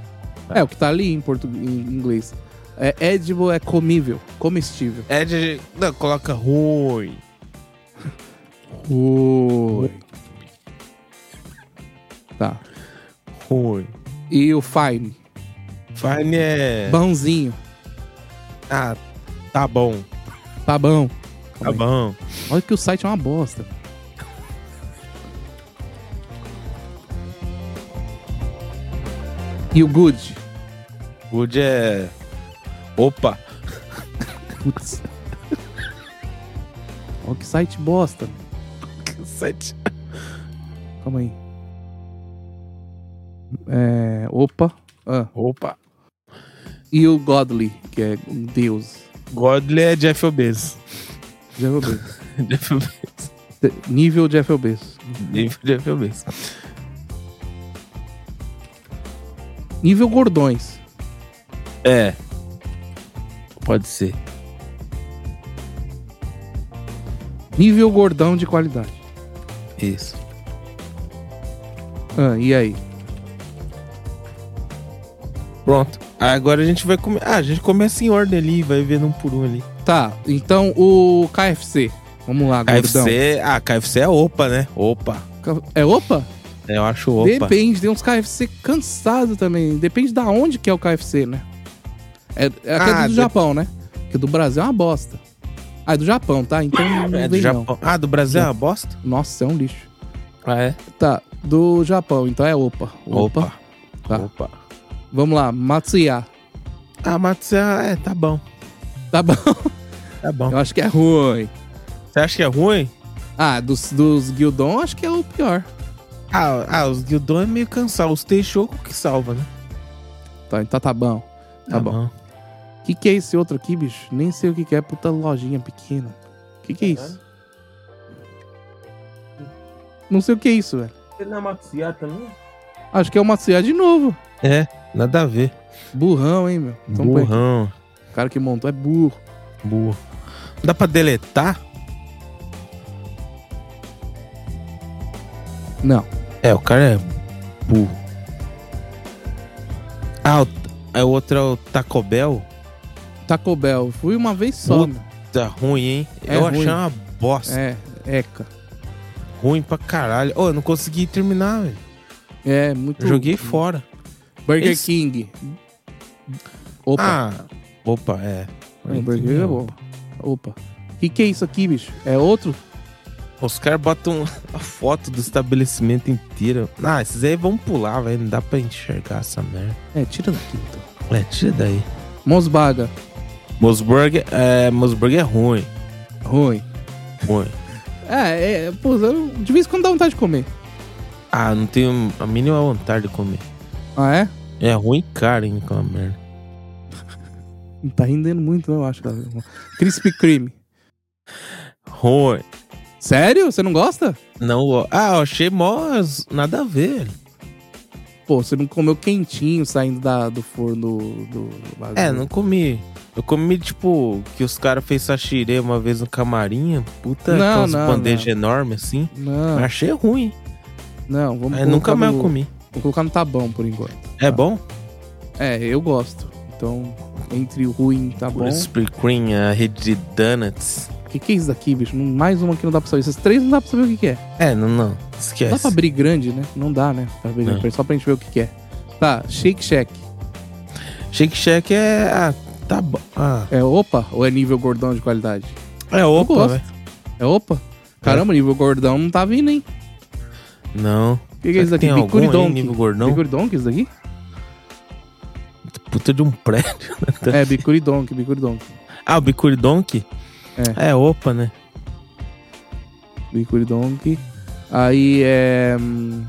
Speaker 1: É o que tá ali em, portu... em inglês. É, edible é comível, comestível.
Speaker 2: É de. Não, coloca ruim.
Speaker 1: Ui. Tá.
Speaker 2: Ruim.
Speaker 1: E o fine?
Speaker 2: Fine é.
Speaker 1: Bãozinho.
Speaker 2: Ah, tá bom.
Speaker 1: Tá bom.
Speaker 2: Tá bom.
Speaker 1: Olha que o site é uma bosta. E o good?
Speaker 2: Good é. Opa.
Speaker 1: Putz. Olha que site bosta.
Speaker 2: Sete.
Speaker 1: Calma aí. É, opa. Ah,
Speaker 2: Opa.
Speaker 1: e o godly, que é um deus.
Speaker 2: Godly é Jeff Bezos.
Speaker 1: Jeff Bezos.
Speaker 2: Jeff Bezos.
Speaker 1: Te- Nível Jeff Bezos.
Speaker 2: Nível Jeff Bezos.
Speaker 1: Nível gordões.
Speaker 2: É. Pode ser.
Speaker 1: Nível gordão de qualidade.
Speaker 2: Isso.
Speaker 1: Ah, e aí?
Speaker 2: Pronto. Agora a gente vai comer. Ah, a gente começa em ordem ali, vai vendo um por um ali.
Speaker 1: Tá, então o KFC. Vamos lá, gordão.
Speaker 2: KFC. Ah, KFC é opa, né? Opa.
Speaker 1: É opa?
Speaker 2: Eu acho opa.
Speaker 1: Depende, tem uns KFC cansado também. Depende da onde que é o KFC, né? É, é aquele
Speaker 2: Ah,
Speaker 1: do
Speaker 2: de-
Speaker 1: Japão, né? Porque do Brasil é uma bosta. Ah, é do Japão, tá? Então não
Speaker 2: É do
Speaker 1: vem
Speaker 2: Japão. Ah, do Brasil é uma bosta?
Speaker 1: não. Nossa, é um lixo.
Speaker 2: Ah, é?
Speaker 1: Tá, do Japão, então é opa. Opa.
Speaker 2: Opa.
Speaker 1: Tá.
Speaker 2: Opa.
Speaker 1: Vamos lá, Matsuya.
Speaker 2: Ah, Matsuya, é, tá bom.
Speaker 1: Tá bom,
Speaker 2: Tá bom.
Speaker 1: eu acho que é ruim.
Speaker 2: Você acha que é ruim?
Speaker 1: Ah, dos, dos Gyudon, acho que é o pior.
Speaker 2: Ah, ah os Guildon é meio cansado. Os Teixoco que salva, né?
Speaker 1: Tá, então tá bom. Tá
Speaker 2: Ah,
Speaker 1: bom. O que, que é esse outro aqui, bicho? Nem sei o que, que é, puta lojinha pequena. O que, que é isso? Não sei o que é isso, velho.
Speaker 2: Ele não é Matsuya também?
Speaker 1: Acho que é o Matsuya de novo.
Speaker 2: É, nada a ver.
Speaker 1: Burrão, hein, meu? Então, pô,
Speaker 2: Burrão.
Speaker 1: O cara que montou é burro.
Speaker 2: Burro. Dá pra deletar?
Speaker 1: Não.
Speaker 2: É, o cara é burro. Ah, o, é, o outro é o Taco Bell.
Speaker 1: Taco Bell. Fui uma vez só,
Speaker 2: Puta.
Speaker 1: meu.
Speaker 2: Tá ruim, É. hein?
Speaker 1: É
Speaker 2: eu
Speaker 1: ruim.
Speaker 2: achei uma bosta.
Speaker 1: É, eca.
Speaker 2: Ruim pra caralho. Ô, eu não consegui terminar, velho.
Speaker 1: É, muito...
Speaker 2: Eu Joguei fora.
Speaker 1: Burger
Speaker 2: Esse-
Speaker 1: King. Opa.
Speaker 2: Ah, opa, é.
Speaker 1: É, Burger King é bom. Opa. O que, que é isso aqui, bicho? É outro?
Speaker 2: Os caras botam a foto do estabelecimento inteira. Ah, esses aí vão pular, velho. Não dá pra enxergar essa merda.
Speaker 1: É, tira daqui então.
Speaker 2: É, tira daí.
Speaker 1: Mosbaga,
Speaker 2: Mosburg é, Mosburg é ruim.
Speaker 1: ruim.
Speaker 2: Ruim.
Speaker 1: É, é, pô, eu- de vez em quando dá vontade de comer.
Speaker 2: Ah, não tenho a mínima vontade de comer.
Speaker 1: Ah, é?
Speaker 2: É ruim caro, hein, aquela merda.
Speaker 1: Não tá rendendo muito, não, eu acho. cara. Crispy Cream.
Speaker 2: Ruim.
Speaker 1: Sério? Você não gosta?
Speaker 2: Não, ó. Ah, eu achei mó z- nada a ver. velho.
Speaker 1: Pô, você não comeu quentinho saindo da, do forno do, do bagulho.
Speaker 2: É, não comi. Eu comi, tipo, que os caras fez sashire uma vez no camarim. Puta,
Speaker 1: Não,
Speaker 2: aquelas
Speaker 1: não, Ah.
Speaker 2: bandejas enormes assim.
Speaker 1: Não,
Speaker 2: Achei ruim.
Speaker 1: não, vamos
Speaker 2: Aí É, nunca
Speaker 1: colocar
Speaker 2: mais
Speaker 1: no,
Speaker 2: eu comi.
Speaker 1: Vou colocar no tabão por enquanto.
Speaker 2: É bom?
Speaker 1: É, eu gosto. Então, entre o ruim e tá bom.
Speaker 2: Krispy Kreme, a rede de donuts.
Speaker 1: O que, que é isso daqui, bicho? Não- Mais uma que não dá pra saber. Essas três não dá pra saber o que, que é.
Speaker 2: É, não, não.
Speaker 1: Dá
Speaker 2: Esquece.
Speaker 1: pra abrir grande, né? Não dá, né? Pra abrir
Speaker 2: Não.
Speaker 1: grande, só pra gente ver o que, que é. Tá, Shake Shack.
Speaker 2: Shake Shack é... Ah, tá bom. Ah,
Speaker 1: É opa ou é nível gordão de qualidade?
Speaker 2: é
Speaker 1: gosto.
Speaker 2: opa, velho.
Speaker 1: É opa? Caramba, nível gordão não tá vindo, hein?
Speaker 2: Não.
Speaker 1: O que, que é isso
Speaker 2: Será
Speaker 1: daqui?
Speaker 2: Tem algum aí,
Speaker 1: Bicuridonk.
Speaker 2: nível gordão?
Speaker 1: Bicuridonk é isso daqui?
Speaker 2: Puta de um prédio.
Speaker 1: É, bicuridonk, bicuridonk.
Speaker 2: Ah, o Bicuridonk? É. opa, né?
Speaker 1: Bicuridonk. Aí é... hum,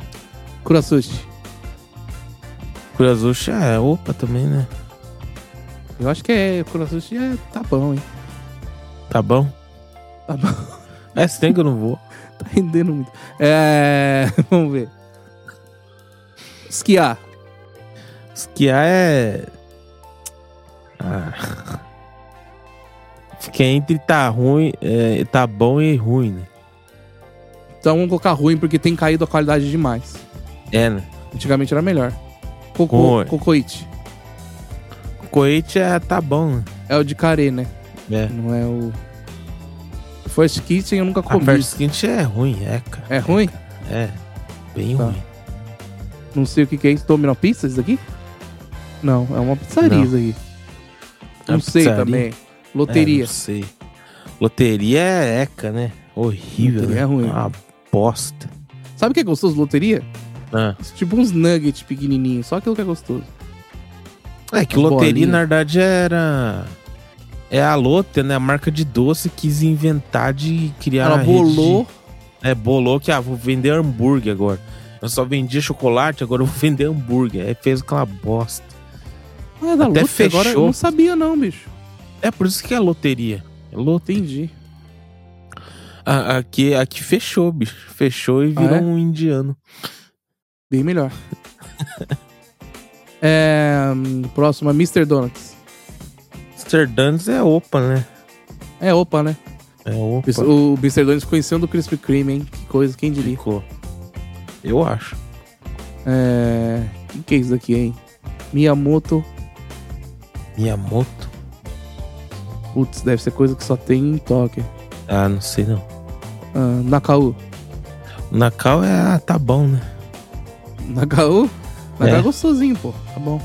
Speaker 1: Kurasushi.
Speaker 2: Curazucha é opa também, né?
Speaker 1: Eu acho que é... Kurasushi é tá bom, hein?
Speaker 2: Tá bom?
Speaker 1: Tá bom.
Speaker 2: É, se tem que eu não vou.
Speaker 1: Tá rendendo muito. É... Vamos ver. Esquiar.
Speaker 2: Esquiar é... Ah. Fica entre tá ruim, é, tá bom e ruim, né?
Speaker 1: Então vamos colocar ruim, porque tem caído a qualidade demais.
Speaker 2: É, né?
Speaker 1: Antigamente era melhor. Cocô,
Speaker 2: Ruim.
Speaker 1: cocoite.
Speaker 2: Coete é tá bom, né?
Speaker 1: É o de carê, né?
Speaker 2: É.
Speaker 1: Não é o... First Kitchen eu nunca
Speaker 2: A
Speaker 1: comi.
Speaker 2: First Skint é ruim, é, cara.
Speaker 1: É ruim?
Speaker 2: É, bem
Speaker 1: Tá.
Speaker 2: ruim.
Speaker 1: Não sei o que, que é isso. Domino Pizza, isso daqui? Não, é uma pizzaria
Speaker 2: Não.
Speaker 1: isso aqui.
Speaker 2: É
Speaker 1: Não
Speaker 2: uma
Speaker 1: sei
Speaker 2: pizzaria?
Speaker 1: também.
Speaker 2: É,
Speaker 1: Loteria.
Speaker 2: não sei. Loteria é eca, né? Horrível,
Speaker 1: Loteria
Speaker 2: né?
Speaker 1: é ruim.
Speaker 2: Uma bosta.
Speaker 1: Sabe o que é gostoso de loteria?
Speaker 2: Ah.
Speaker 1: Tipo uns nuggets pequenininhos. Só aquilo que é gostoso.
Speaker 2: É que
Speaker 1: As
Speaker 2: loteria,
Speaker 1: bolinhas.
Speaker 2: na verdade, era... É a Lotte, né? A marca de doce quis inventar de criar...
Speaker 1: Ela
Speaker 2: a rede
Speaker 1: bolou...
Speaker 2: de- É, bolou que, ah, vou vender hambúrguer agora. Eu só vendia chocolate, agora eu vou vender hambúrguer. Aí fez aquela bosta.
Speaker 1: Ah, da
Speaker 2: Até
Speaker 1: Lutz, agora eu
Speaker 2: fechou.
Speaker 1: não sabia não, bicho.
Speaker 2: É por isso que é loteria. É loteria.
Speaker 1: Entendi.
Speaker 2: A, a, que, a que fechou, bicho. Fechou e
Speaker 1: Ah,
Speaker 2: virou
Speaker 1: é?
Speaker 2: um indiano.
Speaker 1: Bem melhor. é, hum, próximo é Mr. Donuts.
Speaker 2: Mr. Donuts é opa, né?
Speaker 1: É, opa, né?
Speaker 2: É opa.
Speaker 1: O Mr. Donuts conhecendo o Krispy Kreme, hein? Que coisa, quem diria.
Speaker 2: Ficou. Eu acho.
Speaker 1: É... Que que é isso daqui, hein? Miyamoto.
Speaker 2: Miyamoto?
Speaker 1: Putz, deve ser coisa que só tem em Tóquio.
Speaker 2: Ah, não sei não.
Speaker 1: Ah, Nakau.
Speaker 2: Nakao é. Ah, tá bom, né?
Speaker 1: Nakau? Nakau é.
Speaker 2: É.
Speaker 1: gostosinho, pô. Tá bom.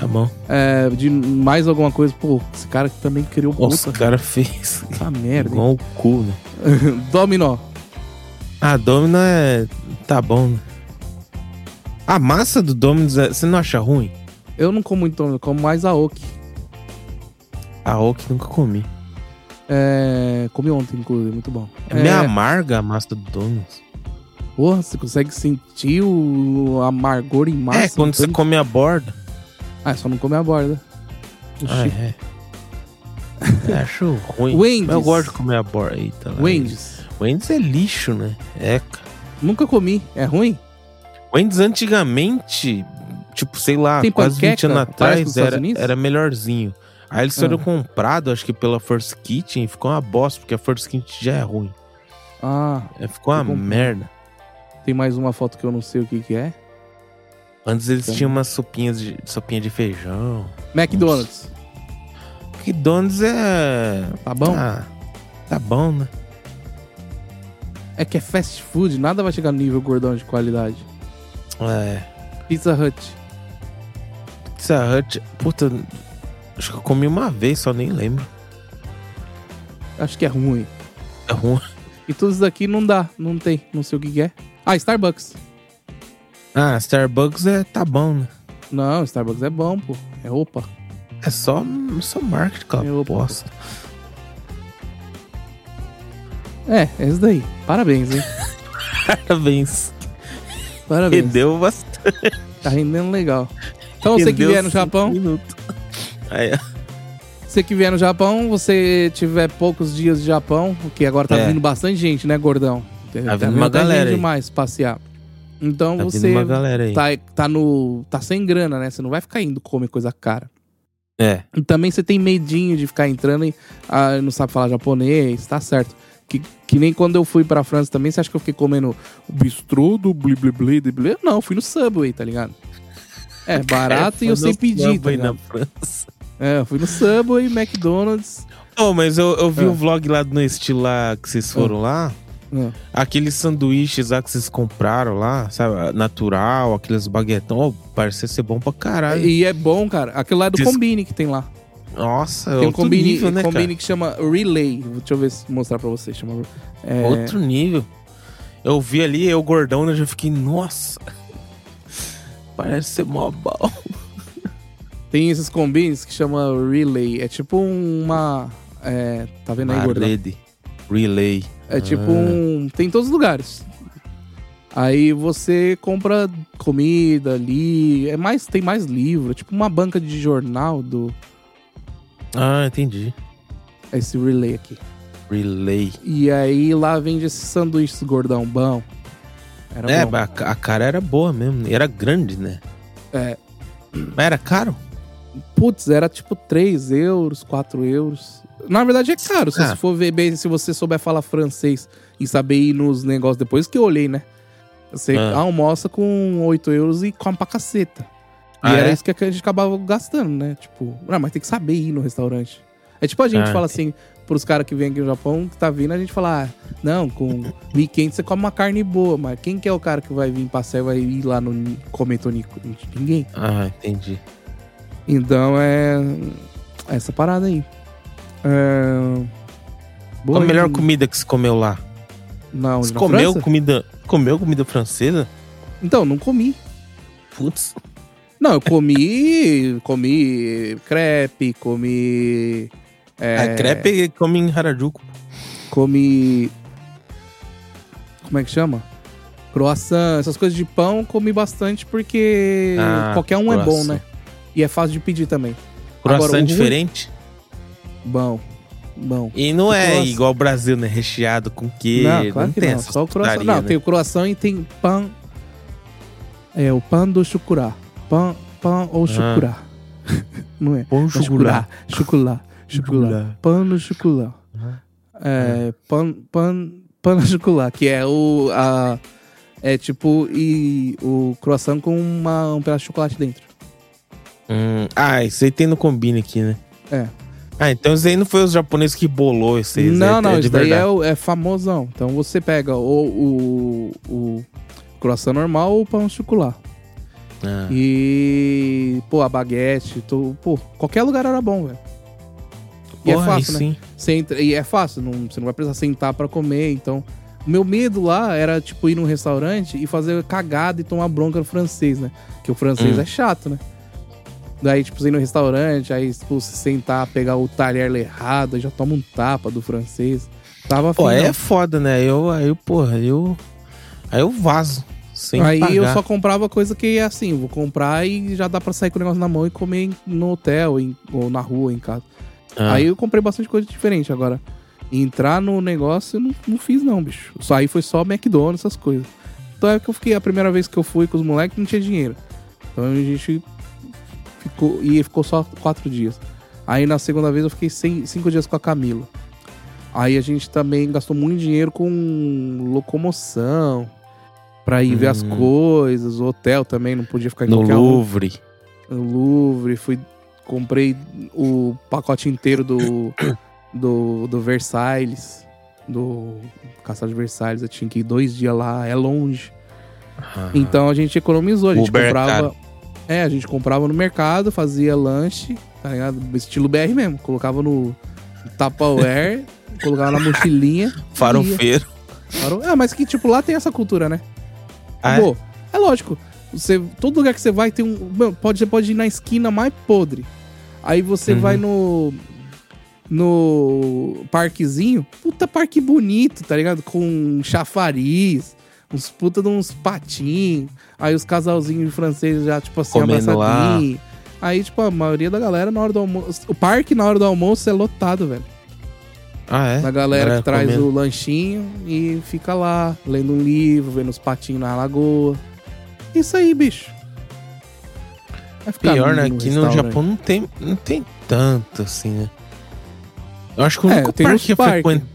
Speaker 2: Tá bom.
Speaker 1: É, de mais alguma coisa, pô, esse cara que também criou
Speaker 2: Nossa,
Speaker 1: puta.
Speaker 2: o cara fez.
Speaker 1: Tá merda, hein?
Speaker 2: Igual o cu, né?
Speaker 1: Dominó.
Speaker 2: Ah, Domino é. Tá bom, né? A massa do Domino, você não acha ruim?
Speaker 1: Eu não como muito dominó, eu como mais aoki.
Speaker 2: A Oak nunca comi.
Speaker 1: É, comi ontem, inclusive, muito bom.
Speaker 2: É meio amarga a massa do Domino.
Speaker 1: Porra, você consegue sentir o amargor em massa?
Speaker 2: É, quando você
Speaker 1: então-
Speaker 2: come a borda.
Speaker 1: Ah, só não come a borda. O
Speaker 2: Ah,
Speaker 1: Chico-
Speaker 2: é. é. Acho ruim.
Speaker 1: Wendy's.
Speaker 2: Mas Eu gosto de comer a borda. Eita, lá.
Speaker 1: Wendy's.
Speaker 2: Wendy's é lixo, né? É, cara.
Speaker 1: Nunca comi. É ruim?
Speaker 2: Wendy's antigamente, tipo, sei lá,
Speaker 1: Tem
Speaker 2: quase 20
Speaker 1: panqueca?
Speaker 2: anos
Speaker 1: Parece dos
Speaker 2: atrás,
Speaker 1: Estados
Speaker 2: era,
Speaker 1: Unidos?
Speaker 2: era melhorzinho. Aí eles foram
Speaker 1: Ah.
Speaker 2: comprados, acho que pela First Kitchen, e ficou uma bosta, porque a First Kitchen já é ruim.
Speaker 1: Ah,
Speaker 2: É, Ficou uma
Speaker 1: Ficou bom.
Speaker 2: merda.
Speaker 1: tem mais uma foto que eu não sei o que, que é.
Speaker 2: Antes eles
Speaker 1: Então.
Speaker 2: tinham umas sopinhas de, sopinha de feijão.
Speaker 1: McDonald's.
Speaker 2: McDonald's é...
Speaker 1: Tá bom?
Speaker 2: Ah, tá bom, né?
Speaker 1: É que é fast food, nada vai chegar no nível gordão de qualidade.
Speaker 2: É,
Speaker 1: Pizza Hut.
Speaker 2: Pizza Hut, puta, acho que eu comi uma vez, só nem lembro.
Speaker 1: Acho que é ruim.
Speaker 2: É ruim.
Speaker 1: E tudo isso daqui não dá, não tem, não sei o que, que é. Ah, Starbucks.
Speaker 2: Ah, Starbucks é, tá bom, né?
Speaker 1: Não, Starbucks é bom, pô. É roupa.
Speaker 2: É só, só marketing, cara.
Speaker 1: Eu
Speaker 2: Eu bosta.
Speaker 1: É, é isso daí. Parabéns, hein?
Speaker 2: Parabéns.
Speaker 1: Parabéns.
Speaker 2: Rendeu bastante.
Speaker 1: Tá rendendo legal. Então você que
Speaker 2: rendeu
Speaker 1: vier no
Speaker 2: cinco
Speaker 1: Japão,
Speaker 2: minutos. Aí, tá
Speaker 1: você que vier no Japão, você tiver poucos dias de Japão, que agora tá
Speaker 2: É. Tá
Speaker 1: vindo bastante gente, né, gordão?
Speaker 2: vindo uma
Speaker 1: bastante
Speaker 2: galera aí.
Speaker 1: demais passear. Então
Speaker 2: tá vindo
Speaker 1: você
Speaker 2: uma galera aí.
Speaker 1: tá, tá no tá sem grana, né? Você não vai ficar indo comer coisa cara.
Speaker 2: É.
Speaker 1: E também você tem medinho de ficar entrando e ah, não sabe falar japonês, tá certo. Que, que nem quando eu fui pra França também, você acha que eu fiquei comendo o bistrô do bli bli bli, bli, bli? Não, eu fui no Subway, tá ligado? É, barato e eu
Speaker 2: Fazer
Speaker 1: sei
Speaker 2: um
Speaker 1: pedir, tá
Speaker 2: samba aí
Speaker 1: ligado?
Speaker 2: na França.
Speaker 1: É, eu fui no Subway, McDonald's.
Speaker 2: Ô, mas eu, eu vi
Speaker 1: Ah.
Speaker 2: um vlog lá no estilo lá que
Speaker 1: É.
Speaker 2: vocês foram lá.
Speaker 1: Ah.
Speaker 2: Aqueles sanduíches lá que vocês compraram lá, sabe? Natural, aqueles baguetão. Ô, parecia ser bom pra caralho.
Speaker 1: E é bom, cara. Aquilo lá é do
Speaker 2: Des-
Speaker 1: Combine que tem lá.
Speaker 2: Nossa,
Speaker 1: Tem um
Speaker 2: outro
Speaker 1: Combine,
Speaker 2: nível, né,
Speaker 1: combine
Speaker 2: cara?
Speaker 1: que chama Relay. Deixa eu ver se mostrar pra vocês. Chama, é,
Speaker 2: Outro nível. Eu vi ali, eu gordão, né, eu já fiquei, nossa. Parece ser mó bom.
Speaker 1: Tem esses combines que chama Relay. É tipo uma. É, tá vendo aí,
Speaker 2: Na
Speaker 1: gordão?
Speaker 2: rede. Relay.
Speaker 1: É tipo
Speaker 2: Ah.
Speaker 1: um. Tem em todos os lugares. Aí você compra comida ali. É mais, tem mais livro. É tipo uma banca de jornal do.
Speaker 2: Ah, entendi.
Speaker 1: é Esse relay aqui.
Speaker 2: Relay.
Speaker 1: E aí lá vende esses sanduíches gordão bom. Era
Speaker 2: é,
Speaker 1: bom.
Speaker 2: mas a, ca- a cara era boa mesmo. né? Era grande, né?
Speaker 1: É.
Speaker 2: Mas era caro?
Speaker 1: Putz, era tipo 3 euros, 4 euros. Na verdade é caro, se
Speaker 2: Ah.
Speaker 1: você for ver bem, se você souber falar francês e saber ir nos negócios depois que eu olhei, né? Você
Speaker 2: Ah.
Speaker 1: almoça com 8 euros e come pra caceta. E
Speaker 2: Ah,
Speaker 1: era
Speaker 2: é?
Speaker 1: isso que a gente acabava gastando, né? Tipo, ah, mas tem que saber ir no restaurante. É tipo a gente
Speaker 2: Ah.
Speaker 1: fala assim, pros caras que vêm aqui no Japão, que tá vindo, a gente fala, ah, não, com 1.500 você come uma carne boa, mas quem que é o cara que vai vir passear e vai ir lá no comer tonico? Ninguém.
Speaker 2: Ah, entendi.
Speaker 1: Então é. Essa parada aí. É...
Speaker 2: Qual a melhor
Speaker 1: hein?
Speaker 2: comida que você comeu lá?
Speaker 1: Não,
Speaker 2: Você
Speaker 1: na
Speaker 2: comeu
Speaker 1: França?
Speaker 2: comida. Comeu comida francesa?
Speaker 1: Então, não comi.
Speaker 2: Putz.
Speaker 1: Não, eu comi. comi crepe, comi. É,
Speaker 2: A Ah, crepe come em Harajuku.
Speaker 1: Comi. Como é que chama? Croissant, essas coisas de pão, comi bastante porque
Speaker 2: Ah,
Speaker 1: qualquer um é bom,
Speaker 2: croissant.
Speaker 1: né? E é fácil de pedir também. Agora,
Speaker 2: Croissant
Speaker 1: o ruim-
Speaker 2: diferente.
Speaker 1: Bom, bom.
Speaker 2: E não é
Speaker 1: Croissant.
Speaker 2: igual o Brasil, né? Recheado com queijo.
Speaker 1: não, claro que
Speaker 2: tem
Speaker 1: não.
Speaker 2: essas
Speaker 1: Só o croissant.
Speaker 2: putaria,
Speaker 1: Não,
Speaker 2: né?
Speaker 1: tem o croissant e tem pão. É, o pão do chucurá. Pão, pão
Speaker 2: Ah.
Speaker 1: ou chucurá. não é?
Speaker 2: Pão chocolate.
Speaker 1: Chucurá. Chucurá.
Speaker 2: Chocolate.
Speaker 1: Pão no chucurá.
Speaker 2: Aham.
Speaker 1: É, pão, pão, pão no chucurá, que é o... A, é tipo e o croissant com uma, um pedaço de chocolate dentro.
Speaker 2: Hum, ah, isso aí tem no combine aqui, né?
Speaker 1: É.
Speaker 2: Ah, então isso aí não foi os japoneses que bolou isso aí.
Speaker 1: Não,
Speaker 2: aí
Speaker 1: não,
Speaker 2: é de
Speaker 1: isso daí é,
Speaker 2: verdade.
Speaker 1: o- é famosão. Então você pega ou o, o croissant normal ou o pão chocolate.
Speaker 2: Ah,
Speaker 1: E, pô, a baguete, tu, pô, qualquer lugar era bom, velho. E é
Speaker 2: porra,
Speaker 1: fácil,
Speaker 2: aí
Speaker 1: né?
Speaker 2: sim.
Speaker 1: Você entra, e é fácil, não, você não vai precisar sentar pra comer, então... O meu medo lá era, tipo, ir num restaurante e fazer cagada e tomar bronca no francês, né? Que o francês
Speaker 2: Hum.
Speaker 1: é chato, né? Daí, tipo, você ir no restaurante, aí, tipo, se sentar, pegar o talher errado, aí já toma um tapa do francês. Tava afim,
Speaker 2: Pô,
Speaker 1: não.
Speaker 2: é foda, né? Eu, aí, eu, porra, eu. Aí eu vazo. Sem
Speaker 1: Aí
Speaker 2: pagar.
Speaker 1: eu só comprava coisa que é assim, vou comprar e já dá pra sair com o negócio na mão e comer em- no hotel em- ou na rua, em casa.
Speaker 2: Ah,
Speaker 1: Aí eu comprei bastante coisa diferente agora. Entrar no negócio eu não, não fiz, não, bicho. Só aí foi só McDonald's, essas coisas. Então é que eu fiquei, a primeira vez que eu fui com os moleques, não tinha dinheiro. Então a gente ficou. E ficou só quatro dias. Aí na segunda vez eu fiquei sem- cinco dias com a Camila. Aí a gente também gastou muito dinheiro com locomoção. Pra ir ver as
Speaker 2: Hum.
Speaker 1: coisas, o hotel também, não podia ficar em
Speaker 2: no
Speaker 1: qualquer um
Speaker 2: Louvre.
Speaker 1: no Louvre, fui comprei o pacote inteiro do do, do Versailles, do Castelo de Versailles, eu tinha que ir dois dias lá, é longe.
Speaker 2: Ah,
Speaker 1: Então a gente economizou, a gente
Speaker 2: Uber é
Speaker 1: comprava.
Speaker 2: caro.
Speaker 1: É, a gente comprava no mercado, fazia lanche, tá ligado? Estilo BR mesmo, colocava no Tupperware, colocava na mochilinha.
Speaker 2: farofeiro.
Speaker 1: Parou? Ah, mas que, tipo, lá tem essa cultura, né?
Speaker 2: Ah, é?
Speaker 1: Pô, é lógico. Você, todo lugar que você vai tem um. Mano, pode, você pode ir na esquina mais podre. Aí você
Speaker 2: Uhum.
Speaker 1: vai no. No parquezinho. Puta parque bonito, tá ligado? Com chafariz. Uns puta de uns patins. Aí os casalzinhos franceses já, tipo assim,
Speaker 2: Comendo lá.
Speaker 1: abraçadinho. Aí, tipo, a maioria da galera na hora do almoço. O parque na hora do almoço é lotado, velho.
Speaker 2: Ah, é?
Speaker 1: Da galera
Speaker 2: Galera
Speaker 1: que traz
Speaker 2: comendo.
Speaker 1: o lanchinho e fica lá, lendo um livro, vendo os patinhos na lagoa. Isso aí, bicho. Vai ficar
Speaker 2: Pior, né?
Speaker 1: no
Speaker 2: Aqui no
Speaker 1: um restaurante.
Speaker 2: Japão não tem, não tem tanto, assim, né? Eu acho que o
Speaker 1: É,
Speaker 2: único
Speaker 1: tem
Speaker 2: parque que é
Speaker 1: uns parques.
Speaker 2: frequen-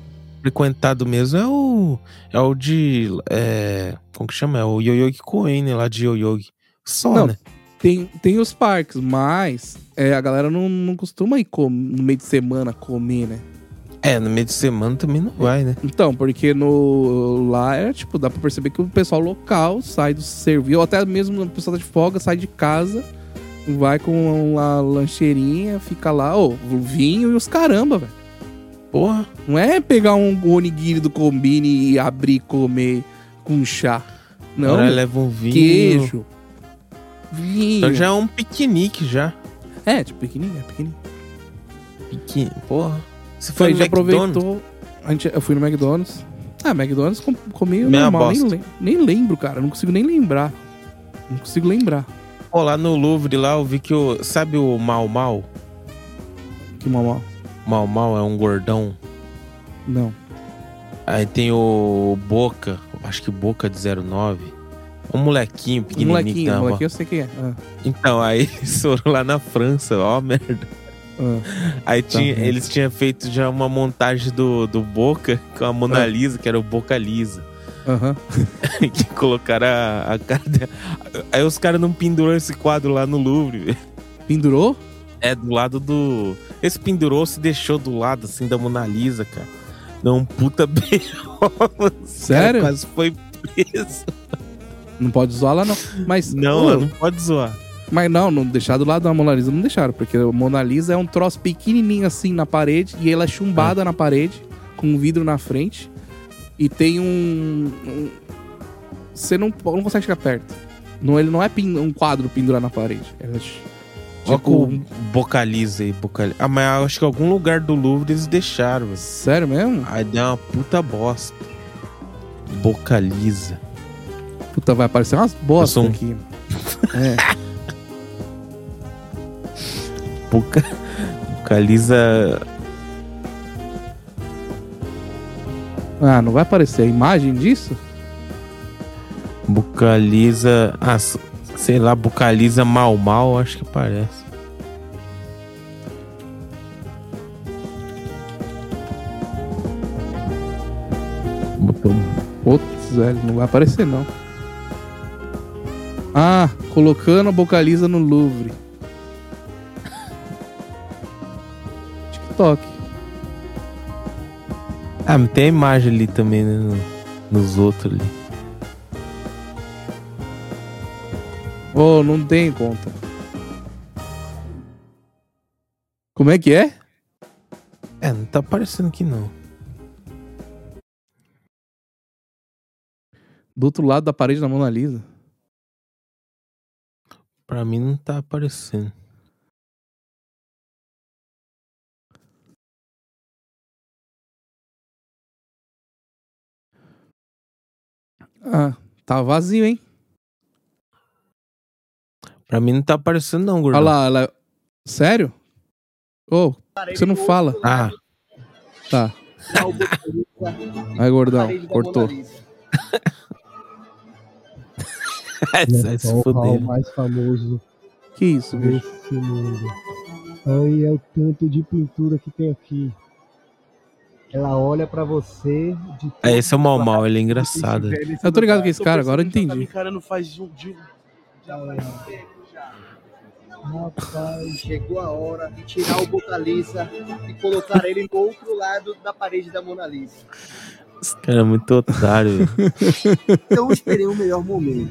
Speaker 2: frequentado mesmo é o. É o de. é, como que chama? É o Yoyogi Koen, lá de Yoyogi. Só,
Speaker 1: Não,
Speaker 2: né?
Speaker 1: Tem, tem os parques, mas é, a galera não, não costuma ir com- no meio de semana comer, né?
Speaker 2: É, no meio de semana também não vai, né?
Speaker 1: Então, porque no lá é tipo, dá pra perceber que o pessoal local sai do serviço, ou até mesmo o pessoal tá de folga, sai de casa, vai com uma lancheirinha, fica lá, ô, o vinho e os caramba, velho.
Speaker 2: Porra.
Speaker 1: Não é pegar um onigiri do combine e abrir e comer com chá. Não,
Speaker 2: Agora leva um vinho.
Speaker 1: queijo. Vinho.
Speaker 2: Então já é um piquenique já.
Speaker 1: É, tipo, pequenininho, é pequenininho.
Speaker 2: Piqui... Porra. Se
Speaker 1: Então, a
Speaker 2: foi
Speaker 1: gente
Speaker 2: no McDonald's,
Speaker 1: aproveitou. A gente, eu fui no McDonald's. Ah, McDonald's com, comi
Speaker 2: Meia
Speaker 1: normal. Nem,
Speaker 2: bosta.
Speaker 1: lem- nem lembro, cara. Não consigo nem lembrar. Não consigo lembrar.
Speaker 2: pô, lá no Louvre lá, eu vi que o. Sabe o Mal Mal?
Speaker 1: Que mal.
Speaker 2: Mal Mal é um gordão.
Speaker 1: Não.
Speaker 2: Aí tem o Boca, acho que Boca de 09. Um molequinho
Speaker 1: O
Speaker 2: pequenininho. que
Speaker 1: molequinho,
Speaker 2: dá
Speaker 1: o
Speaker 2: uma-
Speaker 1: molequinho eu sei quem é. Ah,
Speaker 2: Então, aí eles foram lá na França, ó, merda.
Speaker 1: ah.
Speaker 2: Aí tinha-
Speaker 1: vendo?
Speaker 2: eles tinham feito já uma montagem do, do Boca com a Mona
Speaker 1: Ah.
Speaker 2: Lisa, que era o Boca Lisa.
Speaker 1: Aham.
Speaker 2: que colocaram a, a cara dela. Aí os caras não penduraram esse quadro lá no Louvre, velho.
Speaker 1: Pendurou?
Speaker 2: É do lado do. Esse pendurou se deixou do lado, assim, da Mona Lisa, cara. Deu um puta beijo.
Speaker 1: Sério?
Speaker 2: Quase foi preso.
Speaker 1: Não pode zoar lá, não. Mas.
Speaker 2: Não,
Speaker 1: Ô,
Speaker 2: mano, não pode zoar.
Speaker 1: Mas não, não deixar do lado da Mona Lisa, não deixaram, porque a Mona Lisa é um troço pequenininho assim na parede e ela é chumbada na parede, com um vidro na frente e tem um. um- você não, po- não consegue chegar perto. Não, ele não é pin- um quadro pendurado na parede. Ela é ch-
Speaker 2: Ó,
Speaker 1: tipo,
Speaker 2: com Bocaliza aí, Bocaliza. Ah, mas eu acho que algum lugar do Louvre eles deixaram, velho.
Speaker 1: sério mesmo?
Speaker 2: Aí deu uma puta bosta. Bocaliza.
Speaker 1: Puta, vai aparecer umas bosta
Speaker 2: Eu sou um-
Speaker 1: aqui. É,
Speaker 2: Boca... Bocaliza.
Speaker 1: Ah, não vai aparecer a imagem disso?
Speaker 2: Bocaliza. Ah, s- sei lá, Bocaliza mal mal, acho que parece. Botou um-
Speaker 1: Putz, velho, não vai aparecer não. Ah, colocando a Bocaliza no Louvre. TikTok.
Speaker 2: Ah, mas tem a imagem ali também, né? no- nos outros ali.
Speaker 1: Oh, não tem conta. Como é que é?
Speaker 2: É, não tá aparecendo aqui não.
Speaker 1: Do outro lado da parede da Mona Lisa.
Speaker 2: Pra mim não tá aparecendo.
Speaker 1: Ah, tá vazio, hein?
Speaker 2: Pra mim não tá aparecendo não,
Speaker 1: Olha
Speaker 2: gordão.
Speaker 1: lá, ela... é- Sério? Ô, você não fala.
Speaker 2: Ah,
Speaker 1: Tá. Aí, gordão, cortou.
Speaker 2: vai se
Speaker 3: o
Speaker 4: É
Speaker 3: hall
Speaker 2: fuder.
Speaker 3: mais famoso
Speaker 1: Que isso, bicho?
Speaker 3: deste mundo. Olha
Speaker 4: é
Speaker 3: o tanto de pintura que tem aqui. Ela olha pra você de
Speaker 2: Ah, Esse é o mal mal, ele é engraçado.
Speaker 1: Eu tô ligado com esse cara, agora eu entendi.
Speaker 5: Tá não faz de um, de um-
Speaker 3: Rapaz,
Speaker 4: Chegou a hora de tirar o Bocaliza e colocar ele no outro lado da parede da Mona Lisa.
Speaker 2: Esse cara é muito otário. velho.
Speaker 4: Então, Eu esperei o melhor momento.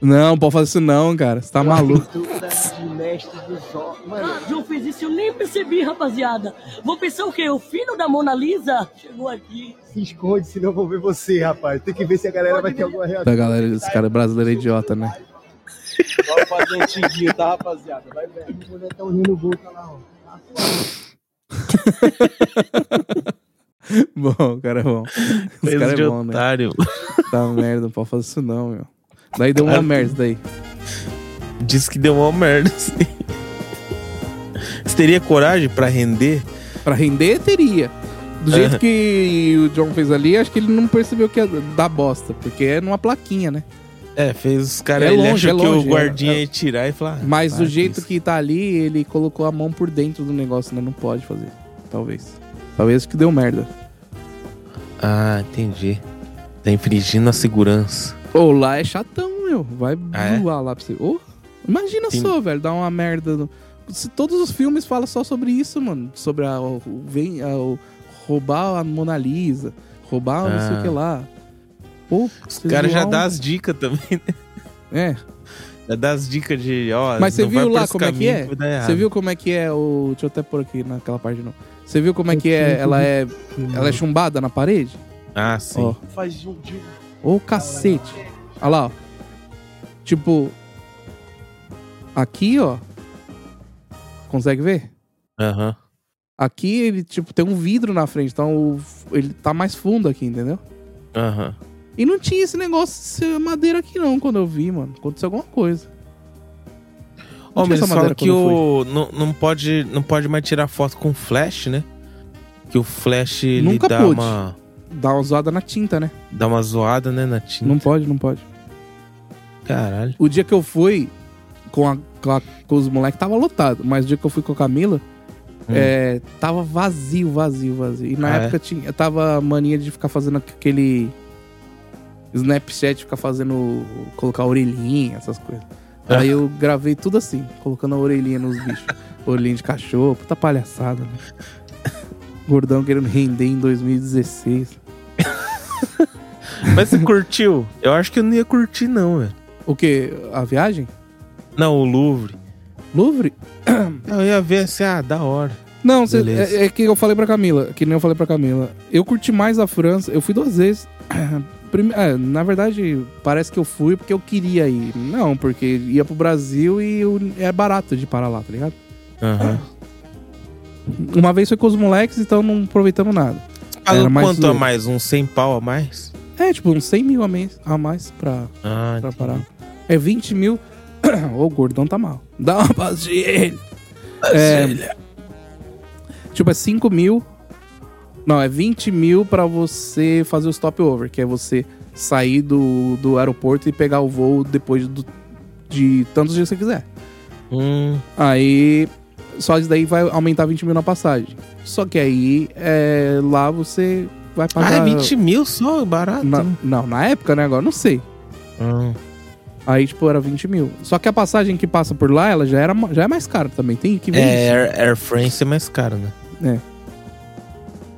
Speaker 1: Não, pode fazer isso não, cara. Você tá maluco.
Speaker 4: Pintura de mestre dos olhos. Mano,
Speaker 5: Ah, Joe fez isso, eu nem percebi, rapaziada. Vou pensar o quê? O filho da Mona Lisa chegou aqui.
Speaker 4: se esconde, senão eu vou ver você, rapaz. Tem que ver se a galera vai ter alguma reação.
Speaker 2: Tá
Speaker 1: Da galera, esse cara brasileiro é idiota, né?
Speaker 4: Vamos fazer um tinguinho, tá, rapaziada? Vai ver.
Speaker 3: O boné tá olhando o Boca lá, ó.
Speaker 1: Bom, o cara é bom. Os
Speaker 2: Coisa
Speaker 1: cara
Speaker 2: de
Speaker 1: é bom, né?
Speaker 2: otário.
Speaker 1: Tá merda, não pode fazer isso não, meu. Daí deu uma merda, isso daí.
Speaker 2: Disse que deu uma merda. assim. Você teria coragem pra render?
Speaker 1: Pra render, teria. Do jeito
Speaker 2: Aham.
Speaker 1: que o John fez ali, acho que ele não percebeu que ia dar bosta, porque é numa plaquinha, né?
Speaker 2: É, fez os caras.
Speaker 1: É
Speaker 2: ele
Speaker 1: longe,
Speaker 2: achou
Speaker 1: é
Speaker 2: que
Speaker 1: longe,
Speaker 2: o
Speaker 1: é-
Speaker 2: guardinha ia tirar e falar. ah,
Speaker 1: Mas do
Speaker 2: para
Speaker 1: jeito
Speaker 2: com
Speaker 1: que tá ali, ele colocou a mão por dentro do negócio, né? Não pode fazer. Talvez. Talvez que deu merda.
Speaker 2: isso. Ah, entendi. Tá infringindo a segurança.
Speaker 1: Ou lá é chatão, meu. Vai
Speaker 2: Ah, é?
Speaker 1: voar lá pra você. Ô, imagina
Speaker 2: Sim.
Speaker 1: só, velho, dar uma merda. no- Se todos os filmes falam só sobre isso, mano. Sobre a, o, o- vem, a- o- roubar a Mona Lisa, roubar não sei
Speaker 2: Ah.
Speaker 1: o que lá. Pô,
Speaker 2: Os caras já dá
Speaker 1: dá
Speaker 2: as dicas também.
Speaker 1: né? É,
Speaker 2: Já dá as dicas de, ó.
Speaker 1: Mas você
Speaker 2: não vai
Speaker 1: viu
Speaker 2: por
Speaker 1: lá
Speaker 2: esse
Speaker 1: como é que
Speaker 2: caminho
Speaker 1: é?
Speaker 2: vai dar
Speaker 1: Você
Speaker 2: errado.
Speaker 1: viu como é que é o. Deixa eu até pôr aqui naquela parte de novo. Você viu como é que é. Ela é, ela é chumbada na parede?
Speaker 2: Ah, sim.
Speaker 1: Ó.
Speaker 4: Faz de um de um-
Speaker 1: Ô cacete. Olha lá, ó. Tipo. Aqui, ó. Consegue ver?
Speaker 2: Aham.
Speaker 1: Aqui ele, tipo, tem um vidro na frente, então o- ele tá mais fundo aqui, entendeu?
Speaker 2: Aham.
Speaker 1: E não tinha esse negócio de madeira aqui não, quando eu vi, mano. Aconteceu alguma coisa. tinha
Speaker 2: Ó, mas
Speaker 1: essa
Speaker 2: eles falam
Speaker 1: madeira
Speaker 2: que
Speaker 1: quando
Speaker 2: o. Não, não, pode, não pode mais tirar foto com flash, né? Que o flash ele
Speaker 1: Nunca
Speaker 2: dá
Speaker 1: pude.
Speaker 2: uma.
Speaker 1: Dá uma zoada na tinta, né?
Speaker 2: Dá uma zoada, né, na tinta.
Speaker 1: Não pode, não pode.
Speaker 2: Caralho.
Speaker 1: O dia que eu fui com, a- com, a- com os moleques, tava lotado. Mas o dia que eu fui com a Camila,
Speaker 2: Hum.
Speaker 1: é, tava vazio, vazio, vazio. E na
Speaker 2: Ah,
Speaker 1: época tinha, tava a mania de ficar fazendo aquele Snapchat, ficar fazendo. colocar orelhinha, essas coisas.
Speaker 2: É.
Speaker 1: Aí eu gravei tudo assim, colocando a orelhinha nos bichos. orelhinha de cachorro, puta palhaçada, né? Gordão querendo render em 2016.
Speaker 2: Mas você curtiu? Eu acho que eu não ia curtir, não, velho.
Speaker 1: O quê? A viagem?
Speaker 2: Não, o Louvre.
Speaker 1: Louvre?
Speaker 2: Eu ia ver assim, ah, da hora.
Speaker 1: Não, cê-
Speaker 2: Beleza.
Speaker 1: é, é que eu falei pra Camila, que nem eu falei pra Camila. Eu curti mais a França, eu fui duas vezes. Prime- é, na verdade, parece que eu fui porque eu queria ir. Não, porque ia pro Brasil e o- é barato de parar lá, tá ligado?
Speaker 2: Aham.
Speaker 1: Uma vez foi com os moleques, então não aproveitamos nada.
Speaker 2: Pagou
Speaker 1: Era mais
Speaker 2: quanto a
Speaker 1: zoeira.
Speaker 2: mais? Uns 100 pau a mais?
Speaker 1: É, tipo, uns 100 mil a, mês, a mais pra,
Speaker 2: Ah,
Speaker 1: pra
Speaker 2: entendi.
Speaker 1: parar. É 20 mil. Ô, o gordão tá mal. Dá uma pastilha. É, Tipo, é 5 mil. Não, é 20 mil pra você fazer o stopover, que é você sair do, do aeroporto e pegar o voo depois do- de tantos dias que você quiser.
Speaker 2: Hum,
Speaker 1: Aí, só isso daí vai aumentar 20 mil na passagem. Só que aí, é, lá você vai
Speaker 2: Ah, é então.
Speaker 1: pagar...
Speaker 2: 20 mil só? Barato.
Speaker 1: na, Não, na época, né? Agora, não sei.
Speaker 2: Hum.
Speaker 1: Aí, tipo, era 20 mil. Só que a passagem que passa por lá, ela já, era, ma- já é mais cara também. Tem que ver
Speaker 2: É, Air, Air France é mais caro, né?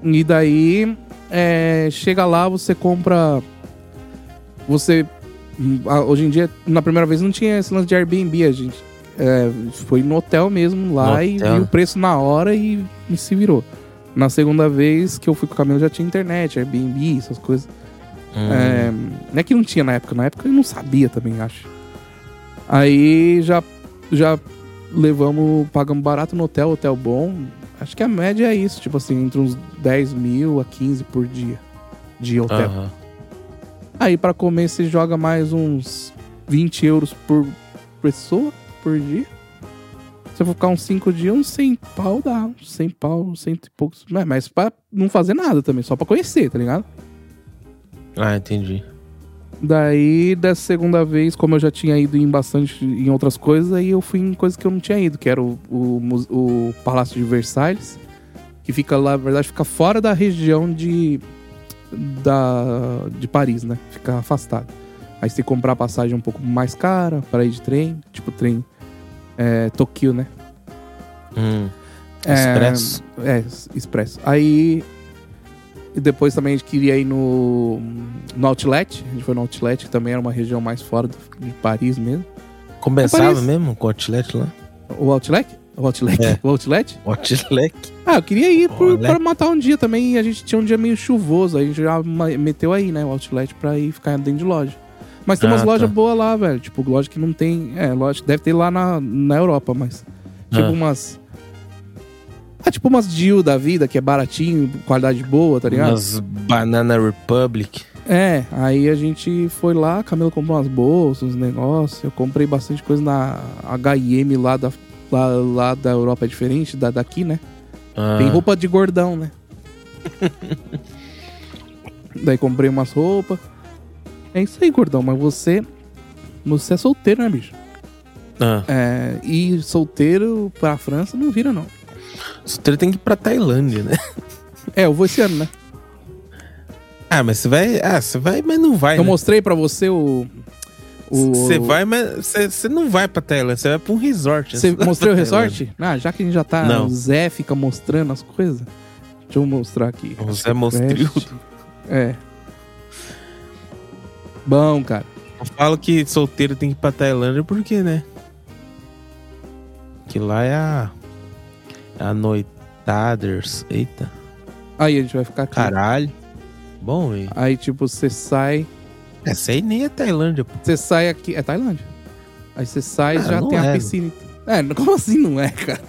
Speaker 1: E daí, é, chega lá, você compra. Você. ah, Hoje em dia, na primeira vez não tinha esse lance de Airbnb, a gente. é, foi no hotel mesmo lá
Speaker 2: No
Speaker 1: e
Speaker 2: hotel.
Speaker 1: viu o preço na hora e, e se virou. Na segunda vez que eu fui com o Camilo já tinha internet, Airbnb, essas coisas.
Speaker 2: Hum.
Speaker 1: É, não é que não tinha na época, na época eu não sabia também, acho. Aí já, já levamos, pagamos barato no hotel, hotel bom. Acho que a média é isso, tipo assim, entre uns 10 mil a 15 por dia de hotel.
Speaker 2: Aham.
Speaker 1: Aí pra comer você joga mais uns 20 euros por pessoa por dia. Se eu for ficar uns 5 dias, uns 100 pau dá, uns 100 pau, uns cento e poucos. Mas- Mas pra não fazer nada também, só pra conhecer, tá ligado?
Speaker 2: Ah, entendi.
Speaker 1: Daí, dessa segunda vez, como eu já tinha ido em bastante em outras coisas, aí eu fui em coisas que eu não tinha ido, que era o, o, mus- o Palácio de Versalhes, que fica lá, na verdade, fica fora da região de, da, de Paris, né? Fica afastado. Aí você tem que comprar a passagem um pouco mais cara para ir de trem, tipo trem é, Tokyo, né?
Speaker 2: Hum.
Speaker 1: É,
Speaker 2: Expresso.
Speaker 1: É, expresso. Aí E depois também a gente queria ir no, no Outlet. A gente foi no Outlet, que também era uma região mais fora do- de Paris mesmo. É
Speaker 2: Começava
Speaker 1: Paris.
Speaker 2: mesmo com o Outlet lá?
Speaker 1: O Outlet? O Outlet?
Speaker 2: É.
Speaker 1: O Outlet?
Speaker 2: Outlet?
Speaker 1: Ah, eu queria ir pro-
Speaker 2: Outlet.
Speaker 1: pra matar um dia também. e A gente tinha um dia meio chuvoso. Aí a gente já ma- meteu aí, né? O Outlet pra ir ficar dentro de loja. Mas tem umas
Speaker 2: Ah,
Speaker 1: lojas
Speaker 2: tá.
Speaker 1: boas lá, velho. Tipo, loja que não tem. É, loja que deve ter lá na, na Europa, mas. Tipo,
Speaker 2: Ah.
Speaker 1: umas. Ah, tipo umas Deal da vida, que é baratinho, qualidade boa, tá ligado?
Speaker 2: Nas Banana Republic.
Speaker 1: É, aí a gente foi lá, a Camila comprou umas bolsas, uns negócios. Eu comprei bastante coisa na H&M lá da, lá, lá da Europa, é diferente da daqui, né?
Speaker 2: Ah,
Speaker 1: Tem roupa de gordão, né? Daí comprei umas roupas. É isso aí, gordão, mas você... Você é solteiro, né, bicho?
Speaker 2: ah.
Speaker 1: É, e solteiro pra França não vira, não.
Speaker 2: Solteiro tem que ir pra Tailândia, né?
Speaker 1: É, eu vou esse ano, né?
Speaker 2: Ah, mas você vai. Ah, você vai, mas não vai.
Speaker 1: Eu
Speaker 2: né?
Speaker 1: mostrei pra você o... o-
Speaker 2: Você vai, mas você você não vai pra Tailândia, você vai pra um resort.
Speaker 1: Você
Speaker 2: Não vai
Speaker 1: mostrou o
Speaker 2: pra
Speaker 1: resort? Ah, já que a gente já tá.
Speaker 2: É Não.
Speaker 1: O Zé fica mostrando as coisas. Deixa eu mostrar aqui.
Speaker 2: Tailândia. O Zé Mostrildo.
Speaker 1: É. Bom, cara.
Speaker 2: Eu falo que solteiro tem que ir pra Tailândia porque, né? Que lá é a. é A noitaders. Eita,
Speaker 1: Aí a gente vai ficar aqui.
Speaker 2: caralho. Bom, hein?
Speaker 1: Aí, tipo, você sai.
Speaker 2: Essa aí nem é Tailândia, pô.
Speaker 1: Você sai aqui. É Tailândia. Aí você sai e
Speaker 2: Ah,
Speaker 1: já
Speaker 2: não
Speaker 1: tem
Speaker 2: é,
Speaker 1: a
Speaker 2: não.
Speaker 1: piscina. É, não- como assim não é, cara?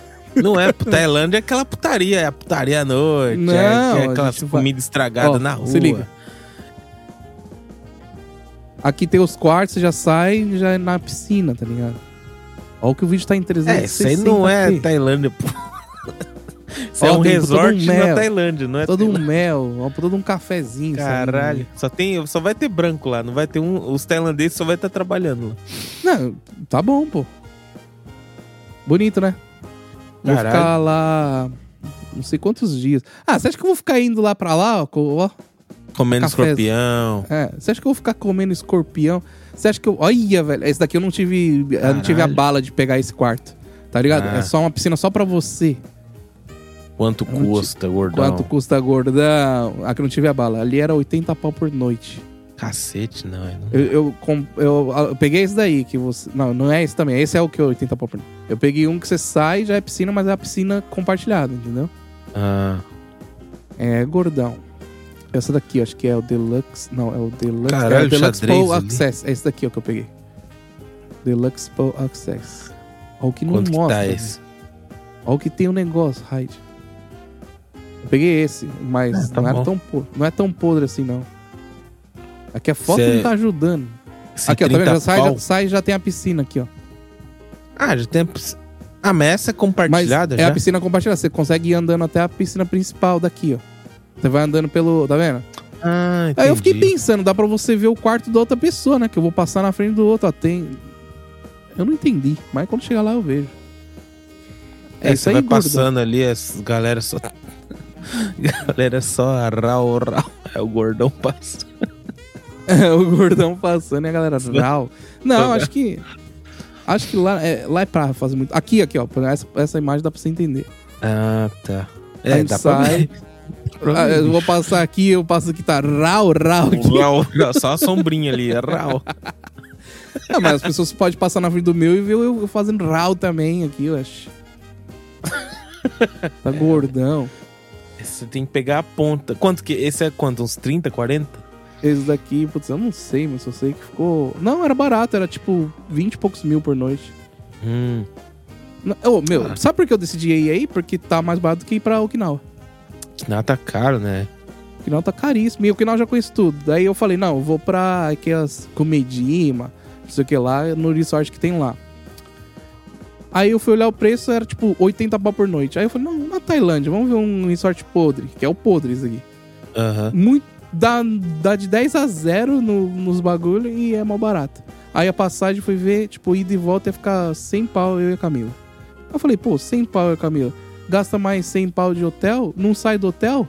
Speaker 2: Não é, pô, Tailândia é aquela putaria, é a putaria à noite,
Speaker 1: Não,
Speaker 2: é, é
Speaker 1: a
Speaker 2: aquela
Speaker 1: gente vai-
Speaker 2: comida estragada
Speaker 1: Ó,
Speaker 2: na rua.
Speaker 1: se liga. Aqui tem os quartos, você já sai e já é na piscina, tá ligado? Olha o que o vídeo tá em
Speaker 2: É,
Speaker 1: 360.
Speaker 2: isso aí não é Tailândia, pô. Isso é
Speaker 1: Ó,
Speaker 2: um
Speaker 1: tem todo
Speaker 2: resort
Speaker 1: um
Speaker 2: na
Speaker 1: mel.
Speaker 2: Tailândia, não é
Speaker 1: Todo um
Speaker 2: Tailândia.
Speaker 1: mel, ó, todo um cafezinho. sabe?
Speaker 2: Caralho. Só, tem, só vai ter branco lá, não vai ter um. Os tailandeses só vai estar trabalhando lá.
Speaker 1: Não, tá bom, pô. Bonito, né? Vou
Speaker 2: Caralho.
Speaker 1: ficar lá. Não sei quantos dias. Ah, você acha que eu vou ficar indo lá pra lá? ó, co- ó?
Speaker 2: Comendo
Speaker 1: Café.
Speaker 2: escorpião.
Speaker 1: É, Você acha que eu vou ficar comendo escorpião? Você acha que eu. Olha, velho. Esse daqui eu não tive. Eu não tive a
Speaker 2: Caralho.
Speaker 1: bala de pegar esse quarto. Tá ligado?
Speaker 2: Ah.
Speaker 1: É só uma piscina só pra você.
Speaker 2: Quanto
Speaker 1: Eu não te-
Speaker 2: custa, gordão?
Speaker 1: Quanto custa gordão? Aqui eu não tive a bala. Ali era 80 pau por noite.
Speaker 2: Cacete, não. é não.
Speaker 1: Eu, eu, com- eu- eu peguei esse daí que você. Não, não é esse também. Esse é o que é 80 pau por noite. Eu peguei um que você sai já é piscina, mas é a piscina compartilhada, entendeu?
Speaker 2: Ah,
Speaker 1: É gordão. Essa daqui, acho que é o Deluxe. Não, é o Deluxe.
Speaker 2: Caralho,
Speaker 1: é o Deluxe
Speaker 2: xadrez
Speaker 1: Pro
Speaker 2: ali.
Speaker 1: Access. É esse daqui ó, que eu peguei. Deluxe Pro Access. Olha o que não
Speaker 2: quanto que
Speaker 1: mostra.
Speaker 2: tá
Speaker 1: né?
Speaker 2: esse?
Speaker 1: Olha o que tem o negócio, Hyde. Eu peguei esse, mas
Speaker 2: É, tá
Speaker 1: não, era
Speaker 2: bom.
Speaker 1: tão podre, não é tão podre assim, não. Aqui a foto
Speaker 2: Cê-
Speaker 1: não tá ajudando.
Speaker 2: Esse
Speaker 1: Aqui, ó, tá
Speaker 2: 30
Speaker 1: vendo? Já sai,
Speaker 2: pau?
Speaker 1: já sai já tem a piscina aqui, ó.
Speaker 2: Ah, já tem. a pis- Ah, mas essa é
Speaker 1: Mas
Speaker 2: compartilhada
Speaker 1: é
Speaker 2: já?
Speaker 1: a piscina compartilhada. Você consegue ir andando até a piscina principal daqui, ó. Você vai andando pelo. Tá vendo?
Speaker 2: Ah, entendi.
Speaker 1: Aí É, eu fiquei pensando, dá pra você ver o quarto da outra pessoa, né? Que eu vou passar na frente do outro, ó, tem... Eu não entendi, mas quando chegar lá eu vejo.
Speaker 2: É, você vai
Speaker 1: gordo.
Speaker 2: passando ali, as galera só. galera só rau, rau. É o gordão passa.
Speaker 1: É, o gordão passando e a galera... Não, não acho que... Acho que lá é, lá é pra fazer muito... Aqui, aqui, ó. por Essa, essa imagem dá pra você entender.
Speaker 2: Ah, tá. É,
Speaker 1: Aí
Speaker 2: dá
Speaker 1: sai.
Speaker 2: pra
Speaker 1: Ah,
Speaker 2: ver.
Speaker 1: eu vou passar aqui, eu passo aqui, tá rau, rau aqui.
Speaker 2: Rau, rau, só a sombrinha ali, é rau.
Speaker 1: Ah, mas as pessoas podem passar na frente do meu e ver eu eu fazendo rau também aqui, eu acho. Tá gordão.
Speaker 2: Você tem que pegar a ponta. Quanto que. Esse é quanto? Uns 30, 40?
Speaker 1: Esse daqui, putz, eu não sei, mas eu sei que ficou. Não, era barato, era tipo 20 e poucos mil por noite.
Speaker 2: Hum.
Speaker 1: Não- Ô, meu, sabe por que eu decidi ir aí? Porque tá mais barato que ir pra Okinawa.
Speaker 2: Que nada tá caro, né?
Speaker 1: Okinawa tá caríssimo. E Okinawa eu já conheço tudo. Daí eu falei, não, eu vou pra aquelas comedima, não sei o que lá, no resort que tem lá. Aí eu fui olhar o preço, era tipo 80 pau por noite. Aí eu falei, não, na Tailândia, vamos ver um resort podre, que é o podre isso aqui.
Speaker 2: Aham.
Speaker 1: muito, dá, dá de 10 a 0 no- nos bagulho e é mó barato. Aí a passagem fui ver, tipo, ida e volta ia ficar 100 pau eu e a Camila. Eu falei, pô, 100 pau eu e a Camila. Gasta mais 100 pau de hotel, não sai do hotel?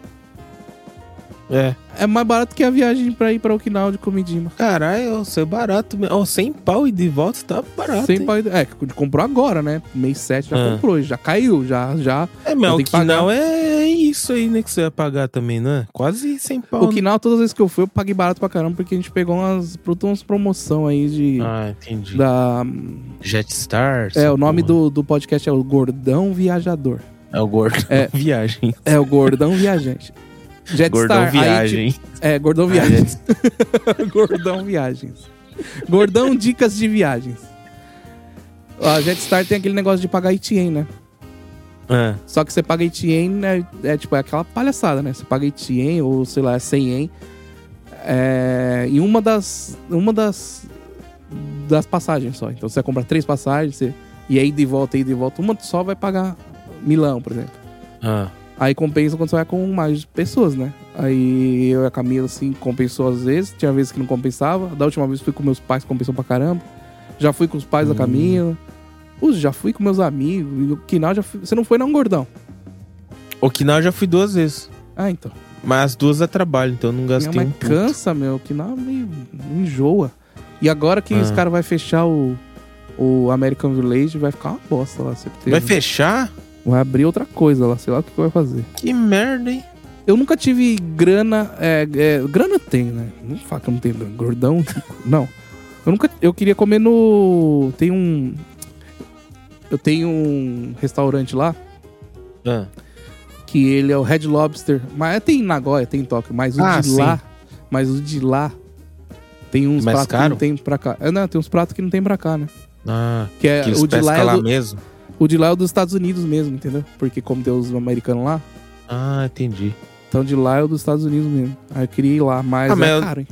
Speaker 2: É.
Speaker 1: É mais barato que a viagem pra ir pra Okinawa de comidinha.
Speaker 2: Caralho, isso é barato mesmo. Ó, 100 pau e de volta tá barato.
Speaker 1: Sem
Speaker 2: hein?
Speaker 1: pai... É, que comprou agora, né? Mês 7 já
Speaker 2: Ah.
Speaker 1: comprou, já caiu, já. já...
Speaker 2: É, mas
Speaker 1: Eu
Speaker 2: o
Speaker 1: tenho que pagar.
Speaker 2: Kinal é isso aí, né? Que você vai pagar também, né? Quase 100 pau. né?
Speaker 1: O Okinawa, todas as vezes que eu fui, eu paguei barato pra caramba, porque a gente pegou umas, umas promoção aí de.
Speaker 2: né? Ah, entendi.
Speaker 1: Da,
Speaker 2: Jetstar.
Speaker 1: é, o nome do, do podcast é o Gordão Viajador.
Speaker 2: É o Gordão
Speaker 1: É.
Speaker 2: Viagem.
Speaker 1: É o Gordão Viajante. Jetstar.
Speaker 2: Gordão
Speaker 1: aí,
Speaker 2: Viagem.
Speaker 1: tipo, é, Gordão
Speaker 2: Ah,
Speaker 1: Viagem.
Speaker 2: Jetstar.
Speaker 1: Gordão Viagens. Gordão Dicas de Viagens. A Jetstar tem aquele negócio de pagar ETN, né?
Speaker 2: Ah,
Speaker 1: Só que você paga ETN, né? É tipo, é aquela palhaçada, né? Você paga ETN ou, sei lá, 100 yen. É, e uma das... Uma das... Das passagens só. Então você compra três passagens você, e aí de volta, aí de volta. Uma só vai pagar Milão, por exemplo.
Speaker 2: ah.
Speaker 1: Aí compensa quando você vai com mais pessoas, né? Aí eu e a Camila, assim, compensou às vezes. Tinha vezes que não compensava. Da última vez fui com meus pais, compensou pra caramba. Já fui com os pais da Camila. Os, já fui com meus amigos. E o Kinal já fui. Você não foi não, gordão?
Speaker 2: Okinawa eu já fui duas vezes.
Speaker 1: Ah, então.
Speaker 2: Mas as duas a trabalho, então eu não
Speaker 1: Minha
Speaker 2: gastei
Speaker 1: mãe
Speaker 2: um puto.
Speaker 1: cansa, meu. Kinal me me enjoa. E agora que
Speaker 2: Ah.
Speaker 1: os caras vão fechar o, o American Village, vai ficar uma bosta lá. certeza.
Speaker 2: Vai fechar?
Speaker 1: Vai abrir outra coisa lá, sei lá o que que vai fazer.
Speaker 2: Que merda, hein?
Speaker 1: Eu nunca tive grana. É, é, grana tem, né? Não fala que eu não tenho grana. Gordão, rico. Não. Eu nunca. Eu queria comer no. Tem um. Eu tenho um restaurante lá
Speaker 2: Ah,
Speaker 1: que ele é o Red Lobster. Mas é, tem em Nagoya, tem em Tóquio. Mas o
Speaker 2: Ah,
Speaker 1: de
Speaker 2: sim.
Speaker 1: lá. Mas o de lá. Tem uns
Speaker 2: Mais
Speaker 1: pratos
Speaker 2: caro?
Speaker 1: que não tem pra cá. É, não, tem uns pratos que não tem pra cá, né?
Speaker 2: ah
Speaker 1: Que é,
Speaker 2: que eles
Speaker 1: o, de lá
Speaker 2: pescam lá
Speaker 1: é do,
Speaker 2: mesmo.
Speaker 1: o de lá é o dos Estados Unidos mesmo, entendeu? Porque como tem os americanos lá,
Speaker 2: Ah, entendi.
Speaker 1: então de lá é o dos Estados Unidos mesmo. Aí eu queria ir lá, mas
Speaker 2: Ah,
Speaker 1: é
Speaker 2: mas eu-
Speaker 1: caro, hein?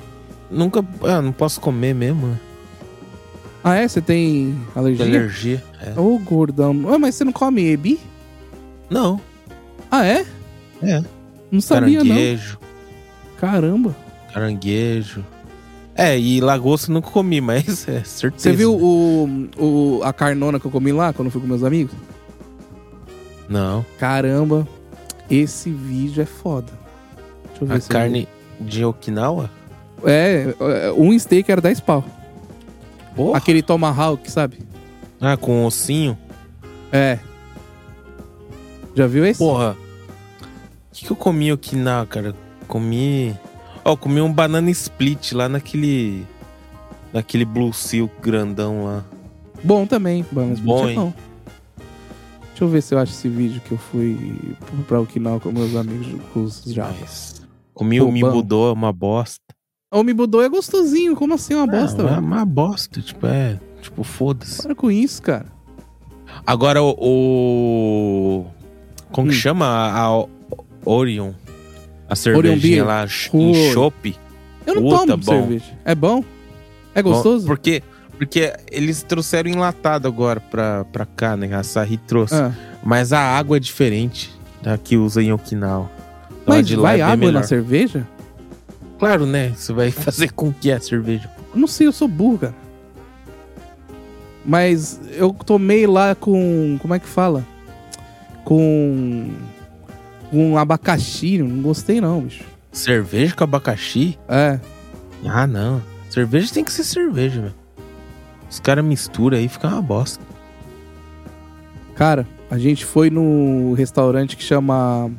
Speaker 2: Nunca. Ah, não posso comer mesmo. né?
Speaker 1: Ah, é? Você tem
Speaker 2: Tem
Speaker 1: alergia?
Speaker 2: Alergia. É.
Speaker 1: Ô, gordão. Ué, mas você não come ebi?
Speaker 2: Não.
Speaker 1: Ah, é?
Speaker 2: É.
Speaker 1: Não sabia, não.
Speaker 2: caranguejo.
Speaker 1: Caramba.
Speaker 2: Caranguejo. É, e lagosta eu nunca comi, mas é certeza.
Speaker 1: Você viu o, o, a carnona que eu comi lá, quando eu fui com meus amigos?
Speaker 2: Não.
Speaker 1: Caramba. Esse vídeo é foda. Deixa eu ver
Speaker 2: A
Speaker 1: se eu-
Speaker 2: carne de Okinawa?
Speaker 1: É, é, um steak era 10 pau.
Speaker 2: Porra.
Speaker 1: Aquele tomahawk, sabe?
Speaker 2: Ah, com ossinho?
Speaker 1: É. Já viu esse?
Speaker 2: Porra. O que, que eu comi em Okinawa, cara? Comi. Ó, eu comi um banana split lá naquele. Naquele Blue Seal grandão lá.
Speaker 1: Bom também. Bom, mas
Speaker 2: Bom,
Speaker 1: não
Speaker 2: hein?
Speaker 1: tinha não. Deixa eu ver se eu acho esse vídeo que eu fui pra Okinawa com meus amigos, com os japas.
Speaker 2: Mas... Comi
Speaker 1: Bobão.
Speaker 2: o Mibudô, uma bosta.
Speaker 1: O Mibudô é gostosinho, como assim uma bosta,
Speaker 2: Ah,
Speaker 1: velho?
Speaker 2: uma, uma bosta, tipo, é. Tipo, foda-se.
Speaker 1: Para com isso, cara.
Speaker 2: Agora o. o- como que
Speaker 1: Hum.
Speaker 2: chama? A, a O- Orion. A cervejinha
Speaker 1: Beer.
Speaker 2: lá ch-
Speaker 1: Oi.
Speaker 2: em chopp.
Speaker 1: Eu não
Speaker 2: Puta,
Speaker 1: tomo
Speaker 2: bom.
Speaker 1: cerveja. É bom? É gostoso?
Speaker 2: Porque, porque eles trouxeram enlatado agora pra, pra cá, né? A Sahi trouxe.
Speaker 1: Ah,
Speaker 2: Mas a água é diferente da que usa em Okinawa. Então, a
Speaker 1: mas
Speaker 2: de lá
Speaker 1: vai
Speaker 2: é bem
Speaker 1: água
Speaker 2: melhor.
Speaker 1: na cerveja?
Speaker 2: Claro, né? Você vai fazer com que a cerveja.
Speaker 1: Não sei, eu sou burro, cara. Mas eu tomei lá com. Como é que fala? Com. Um abacaxi, não gostei não, bicho.
Speaker 2: Cerveja com abacaxi?
Speaker 1: É.
Speaker 2: Ah, não. Cerveja tem que ser cerveja, velho. Os caras misturam aí, fica uma bosta.
Speaker 1: Cara, a gente foi no restaurante que chama.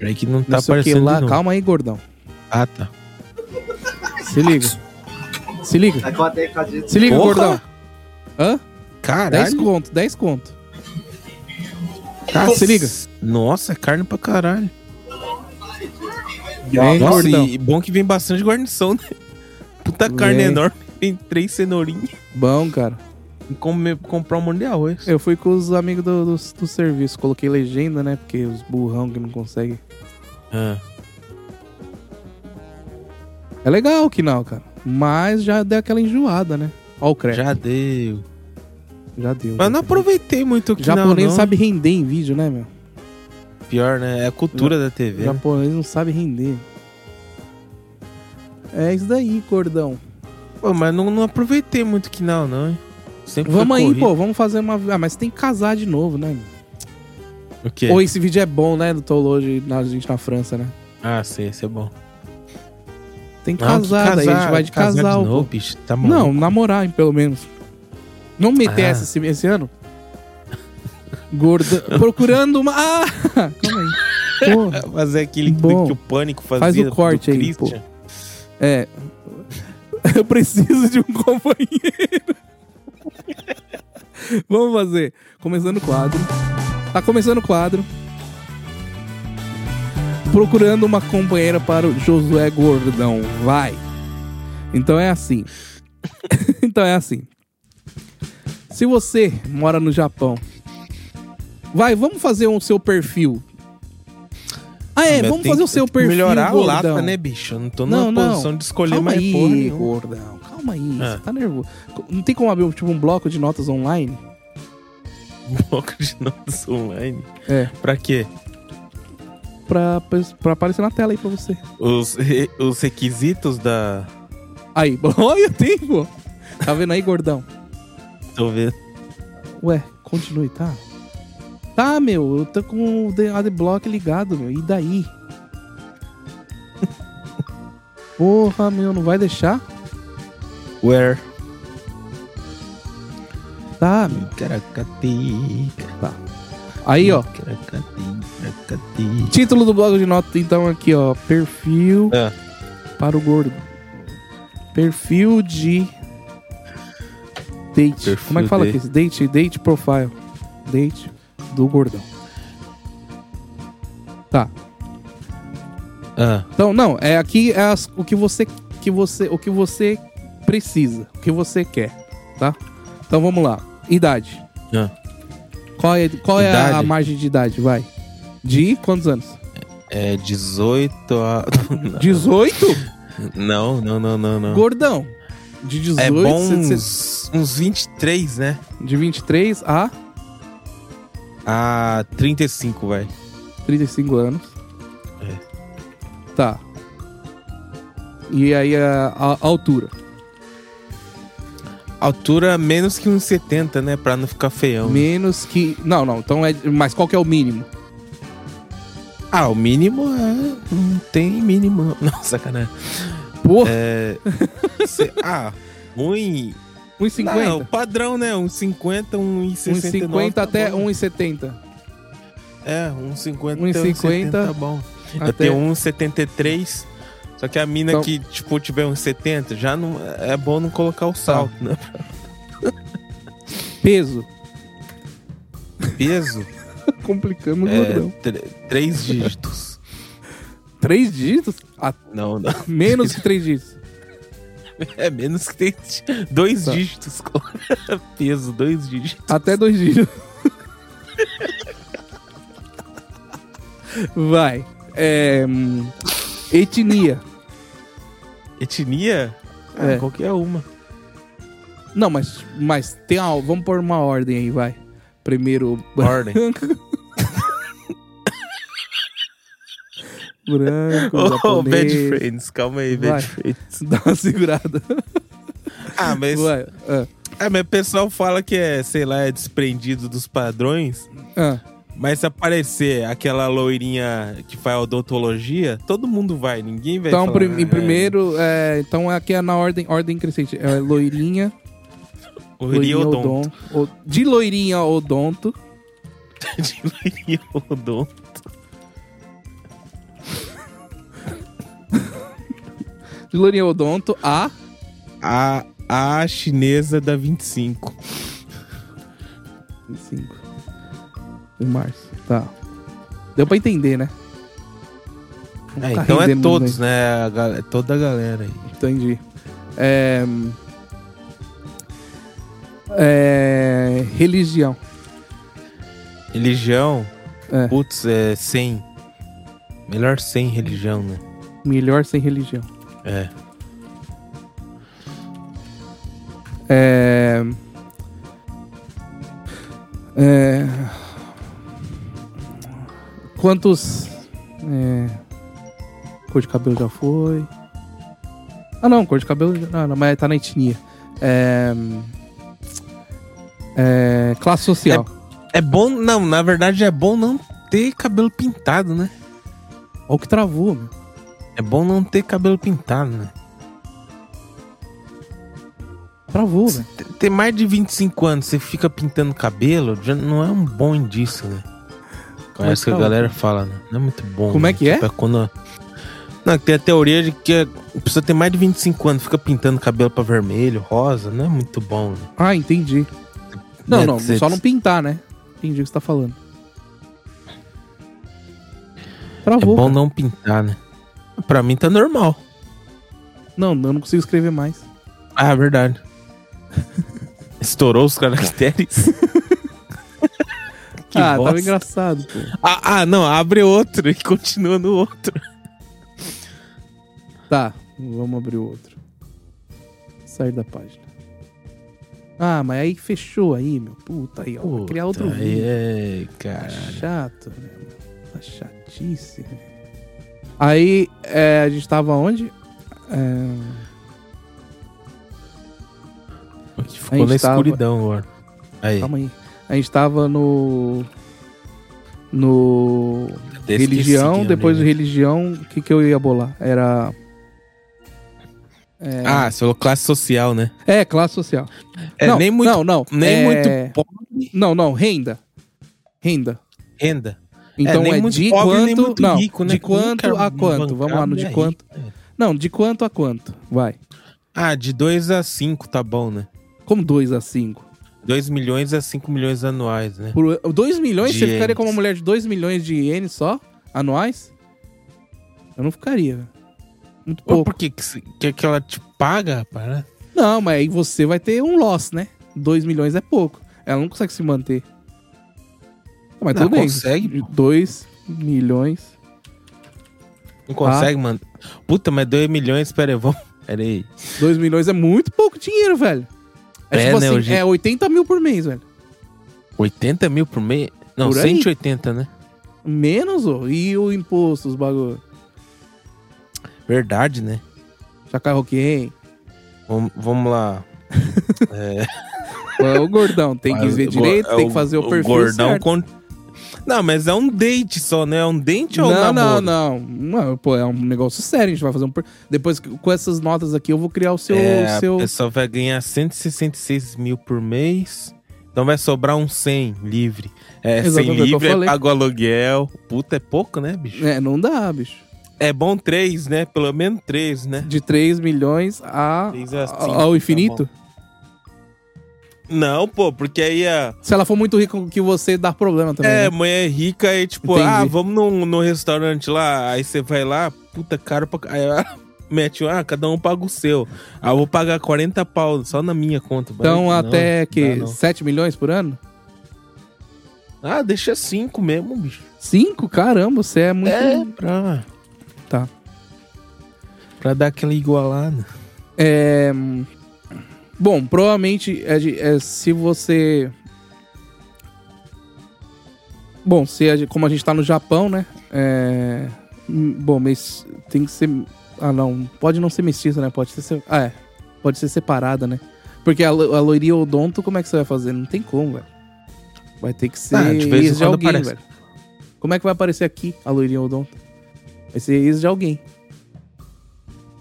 Speaker 2: Aí que não
Speaker 1: Não
Speaker 2: tá
Speaker 1: sei o que
Speaker 2: aparecendo. de
Speaker 1: lá.
Speaker 2: novo.
Speaker 1: Calma aí, gordão.
Speaker 2: Ah, tá.
Speaker 1: Se liga. Se liga.
Speaker 4: Tá com até com a gente.
Speaker 1: Se liga,
Speaker 2: Porra!
Speaker 1: gordão. Hã? 10
Speaker 2: Caralho.
Speaker 1: conto, 10 conto.
Speaker 2: Tá,
Speaker 1: Ah, se liga.
Speaker 2: Nossa, é carne pra caralho.
Speaker 1: Vem,
Speaker 2: Nossa,
Speaker 1: gordão.
Speaker 2: e, e bom que vem bastante guarnição, né? Puta carne
Speaker 1: Vem.
Speaker 2: enorme, vem três cenourinhas.
Speaker 1: Bom, cara.
Speaker 2: E comer- comprar um monte de arroz.
Speaker 1: Eu fui com os amigos do, do, do serviço. Coloquei legenda, né? Porque os burrão que não conseguem.
Speaker 2: Ah,
Speaker 1: É legal o Kinal, cara. Mas já deu aquela enjoada, né? Ó o crepe. Já,
Speaker 2: já deu.
Speaker 1: deu.
Speaker 2: Mas
Speaker 1: já
Speaker 2: não
Speaker 1: deu.
Speaker 2: aproveitei muito o que
Speaker 1: Japonês
Speaker 2: não, não.
Speaker 1: sabe render em vídeo, né, meu?
Speaker 2: Pior, né? É a cultura da TV. né?
Speaker 1: Japonês não sabe render. É isso daí, cordão.
Speaker 2: Pô, mas não, não aproveitei muito que não, não. hein? Sempre foi
Speaker 1: Vamos aí,
Speaker 2: corrido.
Speaker 1: pô. Vamos fazer uma... Ah, mas tem que casar de novo, né? meu?
Speaker 2: O quê?
Speaker 1: Ou esse vídeo é bom, né? Do Tolo de na- a gente na França, né?
Speaker 2: Ah, sei, isso é bom.
Speaker 1: Tem
Speaker 2: Não, que
Speaker 1: casada, aí a gente vai de
Speaker 2: casar
Speaker 1: casal.
Speaker 2: De
Speaker 1: pô.
Speaker 2: novo, bicho, tá maluco.
Speaker 1: Não, namorar, pelo menos. Não meter
Speaker 2: Ah.
Speaker 1: essa esse, esse ano? Gorda. Procurando uma. Ah! Calma aí. Pô,
Speaker 2: Fazer aquele
Speaker 1: Bom,
Speaker 2: que o pânico fazia.
Speaker 1: faz o
Speaker 2: do
Speaker 1: corte aí, pô.
Speaker 2: Christian.
Speaker 1: é. Eu preciso de um companheiro. Vamos fazer. Começando o quadro. Tá começando o quadro. Procurando uma companheira para o Josué Gordão. Vai. Então é assim. então é assim. Se você mora no Japão, vai, vamos fazer o seu perfil. Ah, é,
Speaker 2: Mas
Speaker 1: vamos
Speaker 2: tem
Speaker 1: fazer o
Speaker 2: que-
Speaker 1: seu
Speaker 2: tem que
Speaker 1: perfil.
Speaker 2: Melhorar o
Speaker 1: gordão.
Speaker 2: lata, né, bicho? Eu Não tô
Speaker 1: Não,
Speaker 2: numa
Speaker 1: não.
Speaker 2: posição de escolher
Speaker 1: Calma
Speaker 2: mais
Speaker 1: aí,
Speaker 2: porra nenhuma.
Speaker 1: gordão. Calma aí,
Speaker 2: Ah.
Speaker 1: você tá nervoso. Não tem como abrir tipo, um bloco de notas online?
Speaker 2: Bloco de notas online.
Speaker 1: É.
Speaker 2: Pra quê?
Speaker 1: Pra, pra aparecer na tela aí pra você.
Speaker 2: Os, re- os requisitos da.
Speaker 1: Aí, olha o tempo. Tá vendo aí, gordão?
Speaker 2: Tô vendo.
Speaker 1: Ué, continue, tá? Tá, meu, eu tô com o The Adblock ligado, meu. E daí? Porra, meu, não vai deixar?
Speaker 2: Where?
Speaker 1: Tá, meu.
Speaker 2: Caracati.
Speaker 1: Aí, ó.
Speaker 2: Caracati, caracati.
Speaker 1: Título do blog de nota, então, aqui, ó. Perfil
Speaker 2: Ah.
Speaker 1: para o gordo. Perfil de. Date.
Speaker 2: Perfil
Speaker 1: Como é que fala
Speaker 2: de-
Speaker 1: aqui? Date, date profile. Date do gordão. Tá.
Speaker 2: Ah,
Speaker 1: Então, não, é aqui é as- o que você que você o que você precisa, o que você quer, tá? Então vamos lá. Idade.
Speaker 2: Ah.
Speaker 1: Qual é qual é a- a
Speaker 2: Idade?
Speaker 1: margem de idade, vai? De quantos anos?
Speaker 2: é 18 a.
Speaker 1: 18?
Speaker 2: Não, não, não, não, não.
Speaker 1: Gordão. De 18,
Speaker 2: Ah. É bom
Speaker 1: cê- cê-
Speaker 2: uns, uns 23, né?
Speaker 1: de 23 a
Speaker 2: A 35, vai.
Speaker 1: 35 anos.
Speaker 2: É.
Speaker 1: Tá. E aí a, a- a altura.
Speaker 2: Altura menos que uns 70, né? Pra não ficar feião.
Speaker 1: Menos que. Não, não. Então é. Mas qual que é o mínimo?
Speaker 2: Ah, o mínimo é. Não tem mínimo. Não, sacanagem.
Speaker 1: Porra,
Speaker 2: É. cê- ah, ruim.
Speaker 1: 1,50.
Speaker 2: Ah, o padrão, né? Uns 50, uns 69.
Speaker 1: 1,50
Speaker 2: tá
Speaker 1: até
Speaker 2: bom.
Speaker 1: 1,70.
Speaker 2: É, uns 50,
Speaker 1: Uns
Speaker 2: uns
Speaker 1: 50.
Speaker 2: 70, tá bom. Eu
Speaker 1: Até...
Speaker 2: tenho um. uns 73. Só que a mina
Speaker 1: Então-
Speaker 2: que, tipo, tiver uns 70, já não. É bom não colocar o salto, né?
Speaker 1: Peso.
Speaker 2: Peso.
Speaker 1: Complicando o gordão.
Speaker 2: É, tre- três dígitos.
Speaker 1: Três dígitos? Ah,
Speaker 2: Não, não.
Speaker 1: menos que três dígitos.
Speaker 2: É menos que tem dois
Speaker 1: Tá.
Speaker 2: dígitos. coloca Peso, dois dígitos.
Speaker 1: Até dois dígitos. Vai. É, hum, etnia.
Speaker 2: Etnia? Ah,
Speaker 1: É.
Speaker 2: Qualquer uma.
Speaker 1: Não, mas, mas tem uma, vamos pôr uma ordem aí, vai. Primeiro
Speaker 2: Ordem.
Speaker 1: branco,
Speaker 2: Oh, bad
Speaker 1: japonês.
Speaker 2: friends. Calma aí, bad
Speaker 1: Vai.
Speaker 2: friends.
Speaker 1: Dá uma segurada.
Speaker 2: Ah, mas.
Speaker 1: Vai. ah,
Speaker 2: É, mas o pessoal fala que é, sei lá, é desprendido dos padrões.
Speaker 1: ah.
Speaker 2: Mas se aparecer aquela loirinha que faz odontologia, todo mundo vai, ninguém vai.
Speaker 1: Então,
Speaker 2: falar,
Speaker 1: prim- em
Speaker 2: "Ah,
Speaker 1: primeiro, é, então aqui é na ordem, ordem crescente. É loirinha,
Speaker 2: é, Loirinha
Speaker 1: Loirinha
Speaker 2: odonto.
Speaker 1: odon- o- De loirinha odonto.
Speaker 2: De loirinha odonto.
Speaker 1: De loirinha odonto a.
Speaker 2: A, a chinesa da 25.
Speaker 1: 25. De março. Tá. Deu pra entender, né?
Speaker 2: É,
Speaker 1: Tá
Speaker 2: então
Speaker 1: rendendo
Speaker 2: é
Speaker 1: muito
Speaker 2: todos, né? A gal- é toda a galera aí.
Speaker 1: Entendi. É... é, Religião.
Speaker 2: Religião,
Speaker 1: É.
Speaker 2: putz, é 100. Melhor 100 religião, né?
Speaker 1: Melhor sem religião.
Speaker 2: É.
Speaker 1: É... É... Quantos... É... Cor de cabelo já foi... Ah, não. Cor de cabelo... já- Não, não, mas tá na etnia. É... é, Classe social.
Speaker 2: É bom, não, na verdade é bom não ter cabelo pintado, né?
Speaker 1: Olha o que travou, meu.
Speaker 2: É bom não ter cabelo pintado, né?
Speaker 1: Travou, velho.
Speaker 2: Ter- Ter mais de 25 anos, você fica pintando cabelo, já não é um bom indício, né?
Speaker 1: Como é
Speaker 2: Parece
Speaker 1: que
Speaker 2: que a
Speaker 1: fala?
Speaker 2: galera fala, né? Não é muito bom.
Speaker 1: Como é
Speaker 2: né?
Speaker 1: que é?
Speaker 2: Tipo, quando... Não, tem a teoria de que a pessoa tem mais de 25 anos, fica pintando cabelo pra vermelho, rosa, não é muito bom. Né?
Speaker 1: Ah, entendi. Não,
Speaker 2: Né?
Speaker 1: não,
Speaker 2: Cê-
Speaker 1: só não pintar, né? Entendi o que você tá falando. Travou.
Speaker 2: É bom
Speaker 1: cara.
Speaker 2: não pintar, né? Pra mim tá normal.
Speaker 1: Não, eu não consigo escrever mais.
Speaker 2: Ah, é verdade. Estourou os caracteres. Que
Speaker 1: ah, tava
Speaker 2: bosta.
Speaker 1: engraçado, pô.
Speaker 2: ah, ah, não, abre outro e continua no outro.
Speaker 1: Tá, vamos abrir o outro. Sair da página. Ah, mas aí fechou aí, meu. Puta aí, ó. Vou criar outro
Speaker 2: Puta,
Speaker 1: vídeo. Tá
Speaker 2: É, cara.
Speaker 1: Chato, velho. Tá chatice, velho. Aí, é, a gente tava onde? É, A
Speaker 2: Ficou
Speaker 1: gente
Speaker 2: na
Speaker 1: tava-
Speaker 2: escuridão agora. Aí,
Speaker 1: calma aí. A gente tava no. No.
Speaker 2: até esqueci
Speaker 1: religião,
Speaker 2: que
Speaker 1: depois do
Speaker 2: eu
Speaker 1: religião, o que, que eu ia bolar? Era.
Speaker 2: lembrei. Ah, você falou classe social, né?
Speaker 1: É, classe social.
Speaker 2: É,
Speaker 1: não,
Speaker 2: nem muito,
Speaker 1: Não, não. é,
Speaker 2: nem muito pobre,
Speaker 1: Não, não, renda. Renda.
Speaker 2: renda.
Speaker 1: Então
Speaker 2: nem
Speaker 1: é,
Speaker 2: muito
Speaker 1: de
Speaker 2: pobre, nem
Speaker 1: quanto.
Speaker 2: muito
Speaker 1: não,
Speaker 2: rico, né?
Speaker 1: De quanto
Speaker 2: Nunca
Speaker 1: a quanto?
Speaker 2: bancário,
Speaker 1: Vamos lá, no de
Speaker 2: né?
Speaker 1: quanto. Não, de quanto a quanto? Vai.
Speaker 2: Ah, de 2 a 5 tá bom, né?
Speaker 1: Como 2 a 5.
Speaker 2: 2 milhões a 5 milhões anuais, né?
Speaker 1: Por 2 milhões,
Speaker 2: De
Speaker 1: você ficaria
Speaker 2: ienes.
Speaker 1: com uma mulher de 2 milhões de ienes só? Anuais? Eu não ficaria. velho. Muito
Speaker 2: Pô,
Speaker 1: pouco.
Speaker 2: por que que, se- que que ela te paga, rapaz? né?
Speaker 1: Não, mas aí você vai ter um loss, né? 2 milhões é pouco. Ela não consegue se manter. Mas
Speaker 2: Não,
Speaker 1: tudo bem.
Speaker 2: consegue,
Speaker 1: 2 milhões. Ah.
Speaker 2: Não consegue, mano. Puta, mas 2 milhões, pera aí, vamos... Pera aí.
Speaker 1: 2 milhões é muito pouco dinheiro, velho. É,
Speaker 2: É,
Speaker 1: tipo
Speaker 2: né,
Speaker 1: assim,
Speaker 2: hoje-
Speaker 1: é 80 mil por mês, velho.
Speaker 2: 80 mil por mês? Não,
Speaker 1: Por aí.
Speaker 2: 180, né?
Speaker 1: Menos, ô. E o imposto, os bagulho.
Speaker 2: Verdade, né?
Speaker 1: Chacarro quem?
Speaker 2: Vamos, vamos lá.
Speaker 1: É o gordão. Tem que
Speaker 2: Mas
Speaker 1: ver
Speaker 2: o-
Speaker 1: direito,
Speaker 2: é
Speaker 1: tem que fazer o, perfil
Speaker 2: gordão
Speaker 1: certo.
Speaker 2: con- Não, mas é um date só, né? É um date ou um
Speaker 1: Não, não,
Speaker 2: namoro?
Speaker 1: não, não. Pô, é um negócio sério. A gente vai fazer um. per- Depois, com essas notas aqui, eu vou criar o seu.
Speaker 2: É,
Speaker 1: seu...
Speaker 2: A pessoa vai ganhar 166 mil por mês. Então vai sobrar um 100 livre. É, 100
Speaker 1: Exatamente, eu
Speaker 2: livre, é
Speaker 1: falei.
Speaker 2: pago aluguel. Puta, é pouco, né, bicho?
Speaker 1: É, não dá, bicho.
Speaker 2: É, bom 3, né? Pelo menos 3, né?
Speaker 1: De 3 milhões a,
Speaker 2: Três a cinco,
Speaker 1: ao infinito?
Speaker 2: tá Não, pô, porque aí a...
Speaker 1: Se ela for muito rica que você, dá problema também.
Speaker 2: É,
Speaker 1: né?
Speaker 2: mulher rica aí, tipo,
Speaker 1: Entendi.
Speaker 2: ah, vamos num, num restaurante lá. Aí você vai lá, puta, caro pra. ca- Aí ela mete, ah, cada um paga o seu. Ah, eu vou pagar 40 pau só na minha conta.
Speaker 1: Então,
Speaker 2: Vai, não,
Speaker 1: até
Speaker 2: não
Speaker 1: que
Speaker 2: dá, não.
Speaker 1: 7 milhões por ano?
Speaker 2: Ah, deixa 5 mesmo, bicho.
Speaker 1: 5? Caramba, você é muito.
Speaker 2: É, pra.
Speaker 1: Tá.
Speaker 2: Pra dar aquela igualada.
Speaker 1: É, hum, Bom, provavelmente é de- é, se você. Bom, se a gente- como a gente tá no Japão, né? É, hum, Bom, mas tem que ser. Ah, não. Pode não ser mestiça, né? Pode ser. se- Ah, é. Pode ser separada, né? Porque a, lo- a loiria odonto, como é que você vai fazer? Não tem como, velho. Vai ter que ser
Speaker 2: Ah, de vez em
Speaker 1: ex de
Speaker 2: quando
Speaker 1: alguém,
Speaker 2: aparece.
Speaker 1: velho. Como é que vai aparecer aqui a loiria odonto? Vai ser ex de alguém.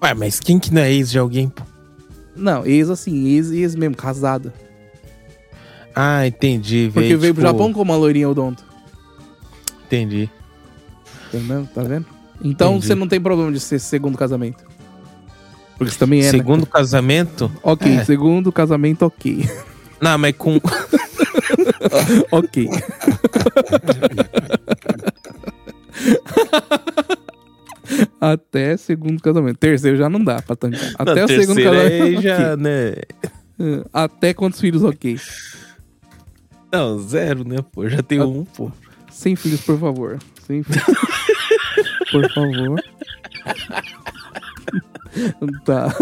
Speaker 2: Ué, mas quem que não é ex de alguém, pô?
Speaker 1: Não, ex assim, ex, ex mesmo, casada.
Speaker 2: Ah, entendi.
Speaker 1: Porque veio, pro
Speaker 2: tipo,
Speaker 1: Japão como uma loirinha odonto.
Speaker 2: Entendi.
Speaker 1: Entendeu? Tá vendo? Então
Speaker 2: Entendi.
Speaker 1: você não tem problema de ser segundo casamento. Porque isso também é. né?
Speaker 2: Segundo casamento.
Speaker 1: Ok,
Speaker 2: É.
Speaker 1: segundo casamento, ok.
Speaker 2: Não, mas com.
Speaker 1: ok. Até segundo casamento. Terceiro já não dá pra tancar. Até
Speaker 2: Não,
Speaker 1: o segundo é
Speaker 2: terceiro
Speaker 1: casamento.
Speaker 2: aí já,
Speaker 1: ok.
Speaker 2: né?
Speaker 1: Hum, Até quantos filhos, ok.
Speaker 2: Não, zero, né, pô? Já tem
Speaker 1: Ah.
Speaker 2: um, pô.
Speaker 1: Sem filhos, por favor. Sem filhos. por favor. tá.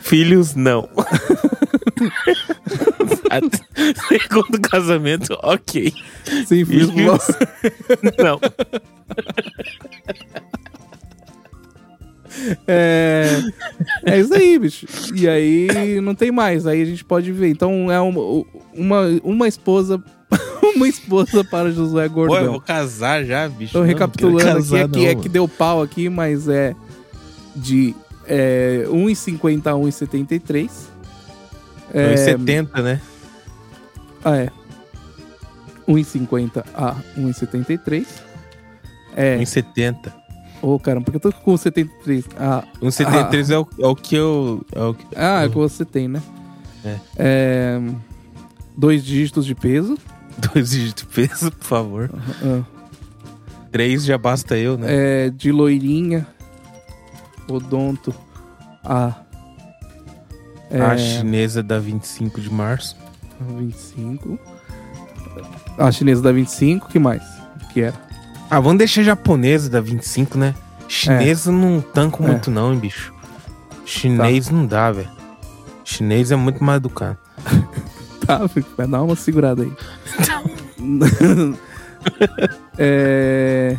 Speaker 2: Filhos, não. Segundo casamento, ok.
Speaker 1: Sem filhos, por favor.
Speaker 2: Filhos, não.
Speaker 1: É... é isso aí, bicho. E aí não tem mais. Aí a gente pode ver. Então é uma, uma, uma esposa uma esposa para Josué
Speaker 2: Pô, eu
Speaker 1: Gordão.
Speaker 2: vou casar já, bicho.
Speaker 1: Tô
Speaker 2: Não, não
Speaker 1: recapitulando
Speaker 2: quero
Speaker 1: aqui,
Speaker 2: casar,
Speaker 1: é que,
Speaker 2: não,
Speaker 1: é que
Speaker 2: mano.
Speaker 1: deu pau aqui, mas é de é, 1,50 a 1,73. É.
Speaker 2: Foi em 70, né?
Speaker 1: Ah, é. 1,50 a 1,73. É,
Speaker 2: Em 70.
Speaker 1: ô caramba, porque eu tô com 73. Ah,
Speaker 2: Um 73 é, o, é o que eu. É o que-
Speaker 1: ah, é o que você tem, né?
Speaker 2: É.
Speaker 1: É, dois dígitos de peso.
Speaker 2: Dois dígitos de peso, por favor.
Speaker 1: Ah,
Speaker 2: Três já basta eu, né?
Speaker 1: é, de loirinha. Odonto. A. É,
Speaker 2: A chinesa da 25 de março.
Speaker 1: 25. A chinesa dá 25, que mais? Que era?
Speaker 2: Ah, vamos deixar a japonesa da 25, né? Chinesa não tanco
Speaker 1: É.
Speaker 2: muito, não, hein, bicho. Chinês não dá, velho. Chinês é muito mais educado.
Speaker 1: Tá, fica- vai dar uma segurada aí. é...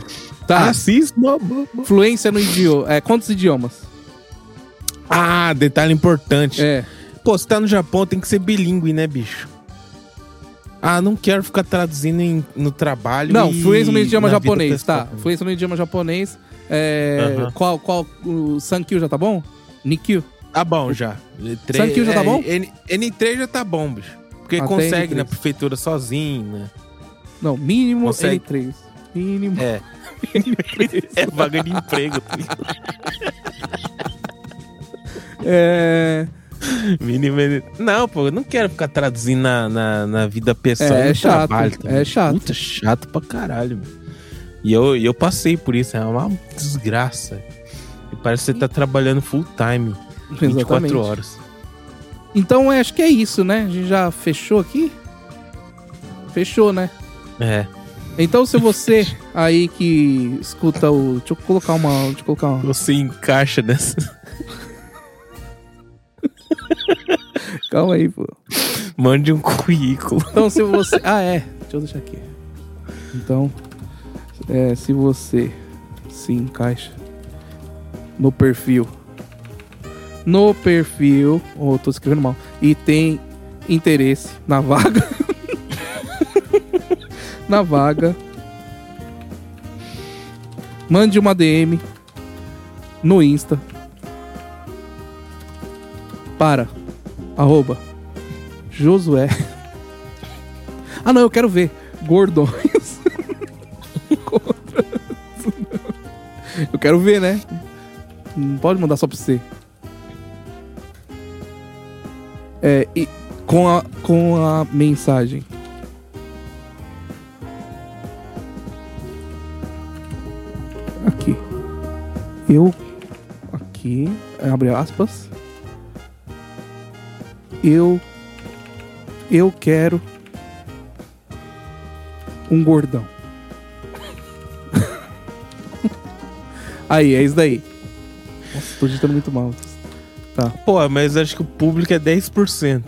Speaker 1: Tá,
Speaker 2: Racismo.
Speaker 1: fluência no idioma. É, quantos idiomas?
Speaker 2: Ah, detalhe importante.
Speaker 1: É,
Speaker 2: Pô, se tá no Japão, tem que ser bilíngue, né, bicho? Ah, não quero ficar traduzindo em- no trabalho.
Speaker 1: não,
Speaker 2: e
Speaker 1: fluência no idioma
Speaker 2: na vida
Speaker 1: japonês, tá.
Speaker 2: pessoal.
Speaker 1: Fluência no idioma japonês. É,
Speaker 2: Aham.
Speaker 1: Qual, qual, o Sankyu já tá bom? Nikyu.
Speaker 2: Tá bom já. N3,
Speaker 1: Sankyu já tá bom? Ah,
Speaker 2: N, N3 já tá bom, bicho. Porque
Speaker 1: Até
Speaker 2: consegue
Speaker 1: N3.
Speaker 2: na prefeitura sozinho, né?
Speaker 1: Não, mínimo
Speaker 2: Consegue.
Speaker 1: L3. Mínimo.
Speaker 2: É. É vaga de emprego. tá ligado?
Speaker 1: É,
Speaker 2: Mínimo. N- Não, pô, eu não quero ficar traduzindo na, na, na vida pessoal.
Speaker 1: É,
Speaker 2: e no
Speaker 1: é chato,
Speaker 2: trabalho,
Speaker 1: é
Speaker 2: tá ligado?
Speaker 1: chato.
Speaker 2: Puta, chato pra caralho, meu. E eu, e eu passei por isso, é uma desgraça. E parece que você tá trabalhando full time, 24
Speaker 1: exatamente.
Speaker 2: horas.
Speaker 1: Então é, acho que é isso, né? A gente já fechou aqui? Fechou, né?
Speaker 2: É.
Speaker 1: Então se você aí que escuta o. Deixa eu colocar uma. Deixa eu colocar uma.
Speaker 2: Você encaixa nessa.
Speaker 1: Calma aí, pô.
Speaker 2: Mande um currículo.
Speaker 1: Então se você. Ah, é. Deixa eu deixar aqui. Então. é, se você se encaixa no perfil. No perfil. Ou tô escrevendo mal. E tem interesse na vaga. na vaga. Mande uma DM no Insta. Para. Arroba. Josué. Ah, não, eu quero ver. Gordões. Contra- eu quero ver, né? Não pode mandar só pra você. É, e com a, com a mensagem. Aqui. Eu. Aqui. Abre aspas. Eu. Eu quero um gordão. Aí, é isso daí. Nossa, tô digitando muito mal.
Speaker 2: Pô, mas acho que o público é 10%.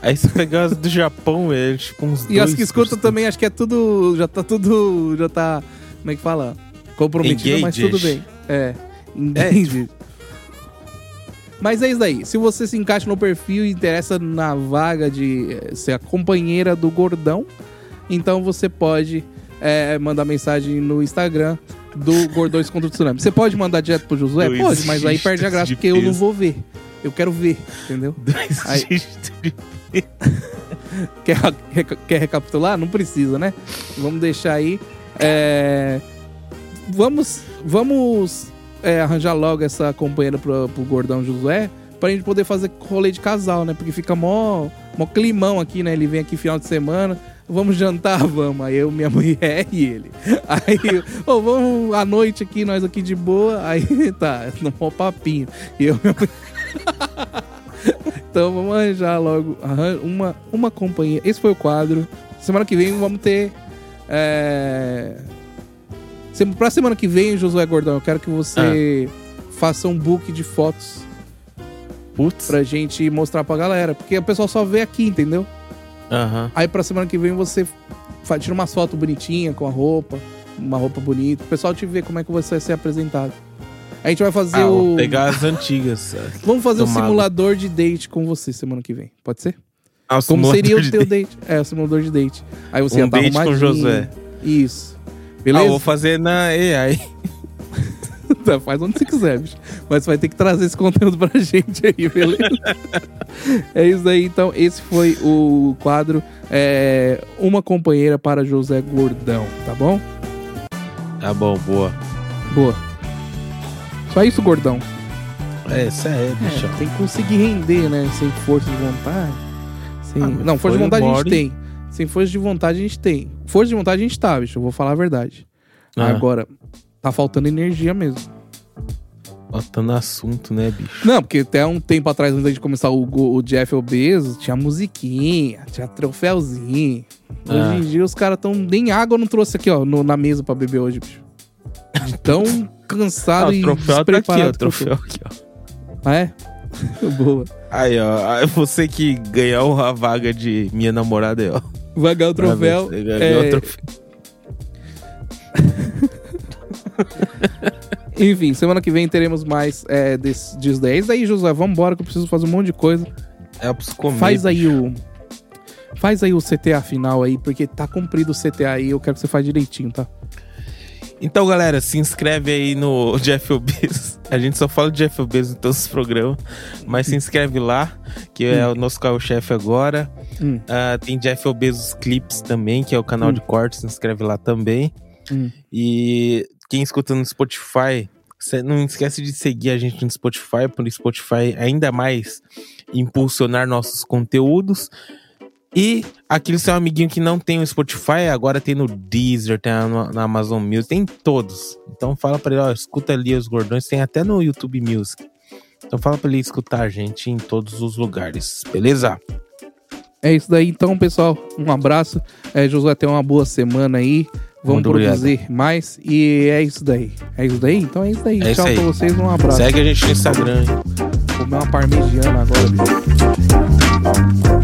Speaker 2: Aí se pegar as do Japão, é tipo uns
Speaker 1: E as que escutam também, acho que é tudo. Já tá tudo. Já tá. Como é que fala? Comprometido, mas
Speaker 2: Engaged.
Speaker 1: tudo bem. É. Engaged. Mas é isso daí. Se você se encaixa no perfil e interessa na vaga de eh, ser a companheira do gordão, então você pode eh, mandar mensagem no Instagram do Gordões contra o Tsunami. Você pode mandar direto pro Josué?
Speaker 2: Dois
Speaker 1: Pode, mas aí perde a
Speaker 2: dígitos
Speaker 1: graça,
Speaker 2: de
Speaker 1: porque eu não
Speaker 2: peso.
Speaker 1: vou ver. Eu quero ver, entendeu? Aí- Quer, reca- quer recapitular? Não precisa, né? Vamos deixar aí. É, Vamos, vamos é, arranjar logo essa companheira pro, pro Gordão Josué pra gente poder fazer rolê de casal, né? Porque fica mó, mó climão aqui, né? Ele vem aqui final de semana. Vamos jantar, vamos. Aí eu, minha mulher e ele. Aí, ô, vamos à noite aqui, nós aqui de boa. Aí tá, no mó papinho. E eu, minha então vamos arranjar logo arran- uma, uma companhia. Esse foi o quadro. Semana que vem vamos ter. É... Sem- Pra semana que vem, Josué Gordão, eu quero que você
Speaker 2: Ah.
Speaker 1: faça um book de fotos
Speaker 2: Putz.
Speaker 1: pra gente mostrar pra galera. Porque o pessoal só vê aqui, entendeu?
Speaker 2: Aham.
Speaker 1: Aí pra semana que vem você fa- tira umas fotos bonitinhas com a roupa, uma roupa bonita. O pessoal te vê como é que você vai ser apresentado. A gente vai fazer
Speaker 2: Ah,
Speaker 1: o.
Speaker 2: vou pegar as antigas.
Speaker 1: Vamos fazer um
Speaker 2: Tomado.
Speaker 1: simulador de date com você semana que vem. Pode ser?
Speaker 2: Ah, o
Speaker 1: Como
Speaker 2: simulador
Speaker 1: seria o
Speaker 2: de
Speaker 1: teu
Speaker 2: date.
Speaker 1: date? É, o simulador de date. Aí você
Speaker 2: Um
Speaker 1: ia estar
Speaker 2: date com
Speaker 1: arrumadinho.
Speaker 2: Josué.
Speaker 1: Isso.
Speaker 2: Ah,
Speaker 1: Beleza?
Speaker 2: eu vou fazer na AI.
Speaker 1: Tá, Faz onde você quiser, bicho. Mas vai ter que trazer esse conteúdo pra gente aí, beleza? é isso aí, então. Esse foi o quadro é, Uma Companheira para José Gordão, tá bom?
Speaker 2: Tá bom, boa.
Speaker 1: Boa. Só isso, Gordão.
Speaker 2: É, isso aí, bichão.
Speaker 1: É, tem que conseguir render, né? Sem força de vontade. Sem-
Speaker 2: Ah, mas
Speaker 1: Não, força de
Speaker 2: foi
Speaker 1: vontade
Speaker 2: uma
Speaker 1: a
Speaker 2: hora
Speaker 1: gente
Speaker 2: e-
Speaker 1: tem. Sem força de vontade a gente tem. Força de vontade a gente tá, bicho. Eu vou falar a verdade.
Speaker 2: Ah.
Speaker 1: Agora, tá faltando energia mesmo.
Speaker 2: Botando assunto, né, bicho?
Speaker 1: Não, porque até um tempo atrás, antes de começar o, go- o Jeff é Obeso, tinha musiquinha, tinha troféuzinho. Hoje
Speaker 2: Ah.
Speaker 1: em dia os caras tão. Nem água eu não trouxe aqui, ó, no- na mesa pra beber hoje, bicho. Tão cansado
Speaker 2: Ah,
Speaker 1: e
Speaker 2: o troféu tá aqui, ó.
Speaker 1: despreparado
Speaker 2: O
Speaker 1: que
Speaker 2: troféu
Speaker 1: eu
Speaker 2: aqui, ó.
Speaker 1: tô. Ah, é? Boa.
Speaker 2: Aí, ó. aí Você que ganhou a vaga de minha namorada aí, ó.
Speaker 1: Vai ganhar o troféu.
Speaker 2: Parabéns, você ganhou
Speaker 1: é,
Speaker 2: o troféu.
Speaker 1: Enfim, semana que vem teremos mais é, des- disso daí. É isso aí, Josué. Vambora que eu preciso fazer um monte de coisa.
Speaker 2: É pra você comer.
Speaker 1: Faz aí o. Faz aí o CTA final aí, porque tá cumprido o CTA aí, eu quero que você faça direitinho, tá?
Speaker 2: Então, galera, se inscreve aí no Jeff Bezos. A gente só fala de Jeff Bezos em todos os programas. Mas se inscreve lá, que é o nosso carro-chefe agora.
Speaker 1: Hum.
Speaker 2: Ah, tem Jeff Bezos Clips também, que é o canal
Speaker 1: Hum.
Speaker 2: de cortes. Se inscreve lá também.
Speaker 1: Hum.
Speaker 2: E quem escuta no Spotify, cê não esquece de seguir a gente no Spotify, para o Spotify ainda mais impulsionar nossos conteúdos. E aquele seu amiguinho que não tem o Spotify, agora tem no Deezer, tem na, na Amazon Music, tem em todos. Então fala pra ele, ó, escuta ali os gordões, tem até no YouTube Music. Então fala pra ele escutar a gente em todos os lugares, beleza?
Speaker 1: É isso daí, então, pessoal. Um abraço. É, Josué, tenha uma boa semana aí. Vamos
Speaker 2: Muito obrigado.
Speaker 1: produzir mais. E é isso daí. É isso daí? Então é isso daí.
Speaker 2: É isso
Speaker 1: Tchau
Speaker 2: aí.
Speaker 1: pra vocês. Um abraço.
Speaker 2: Segue a gente no Instagram. hein?
Speaker 1: Vou comer uma parmegiana agora. bicho.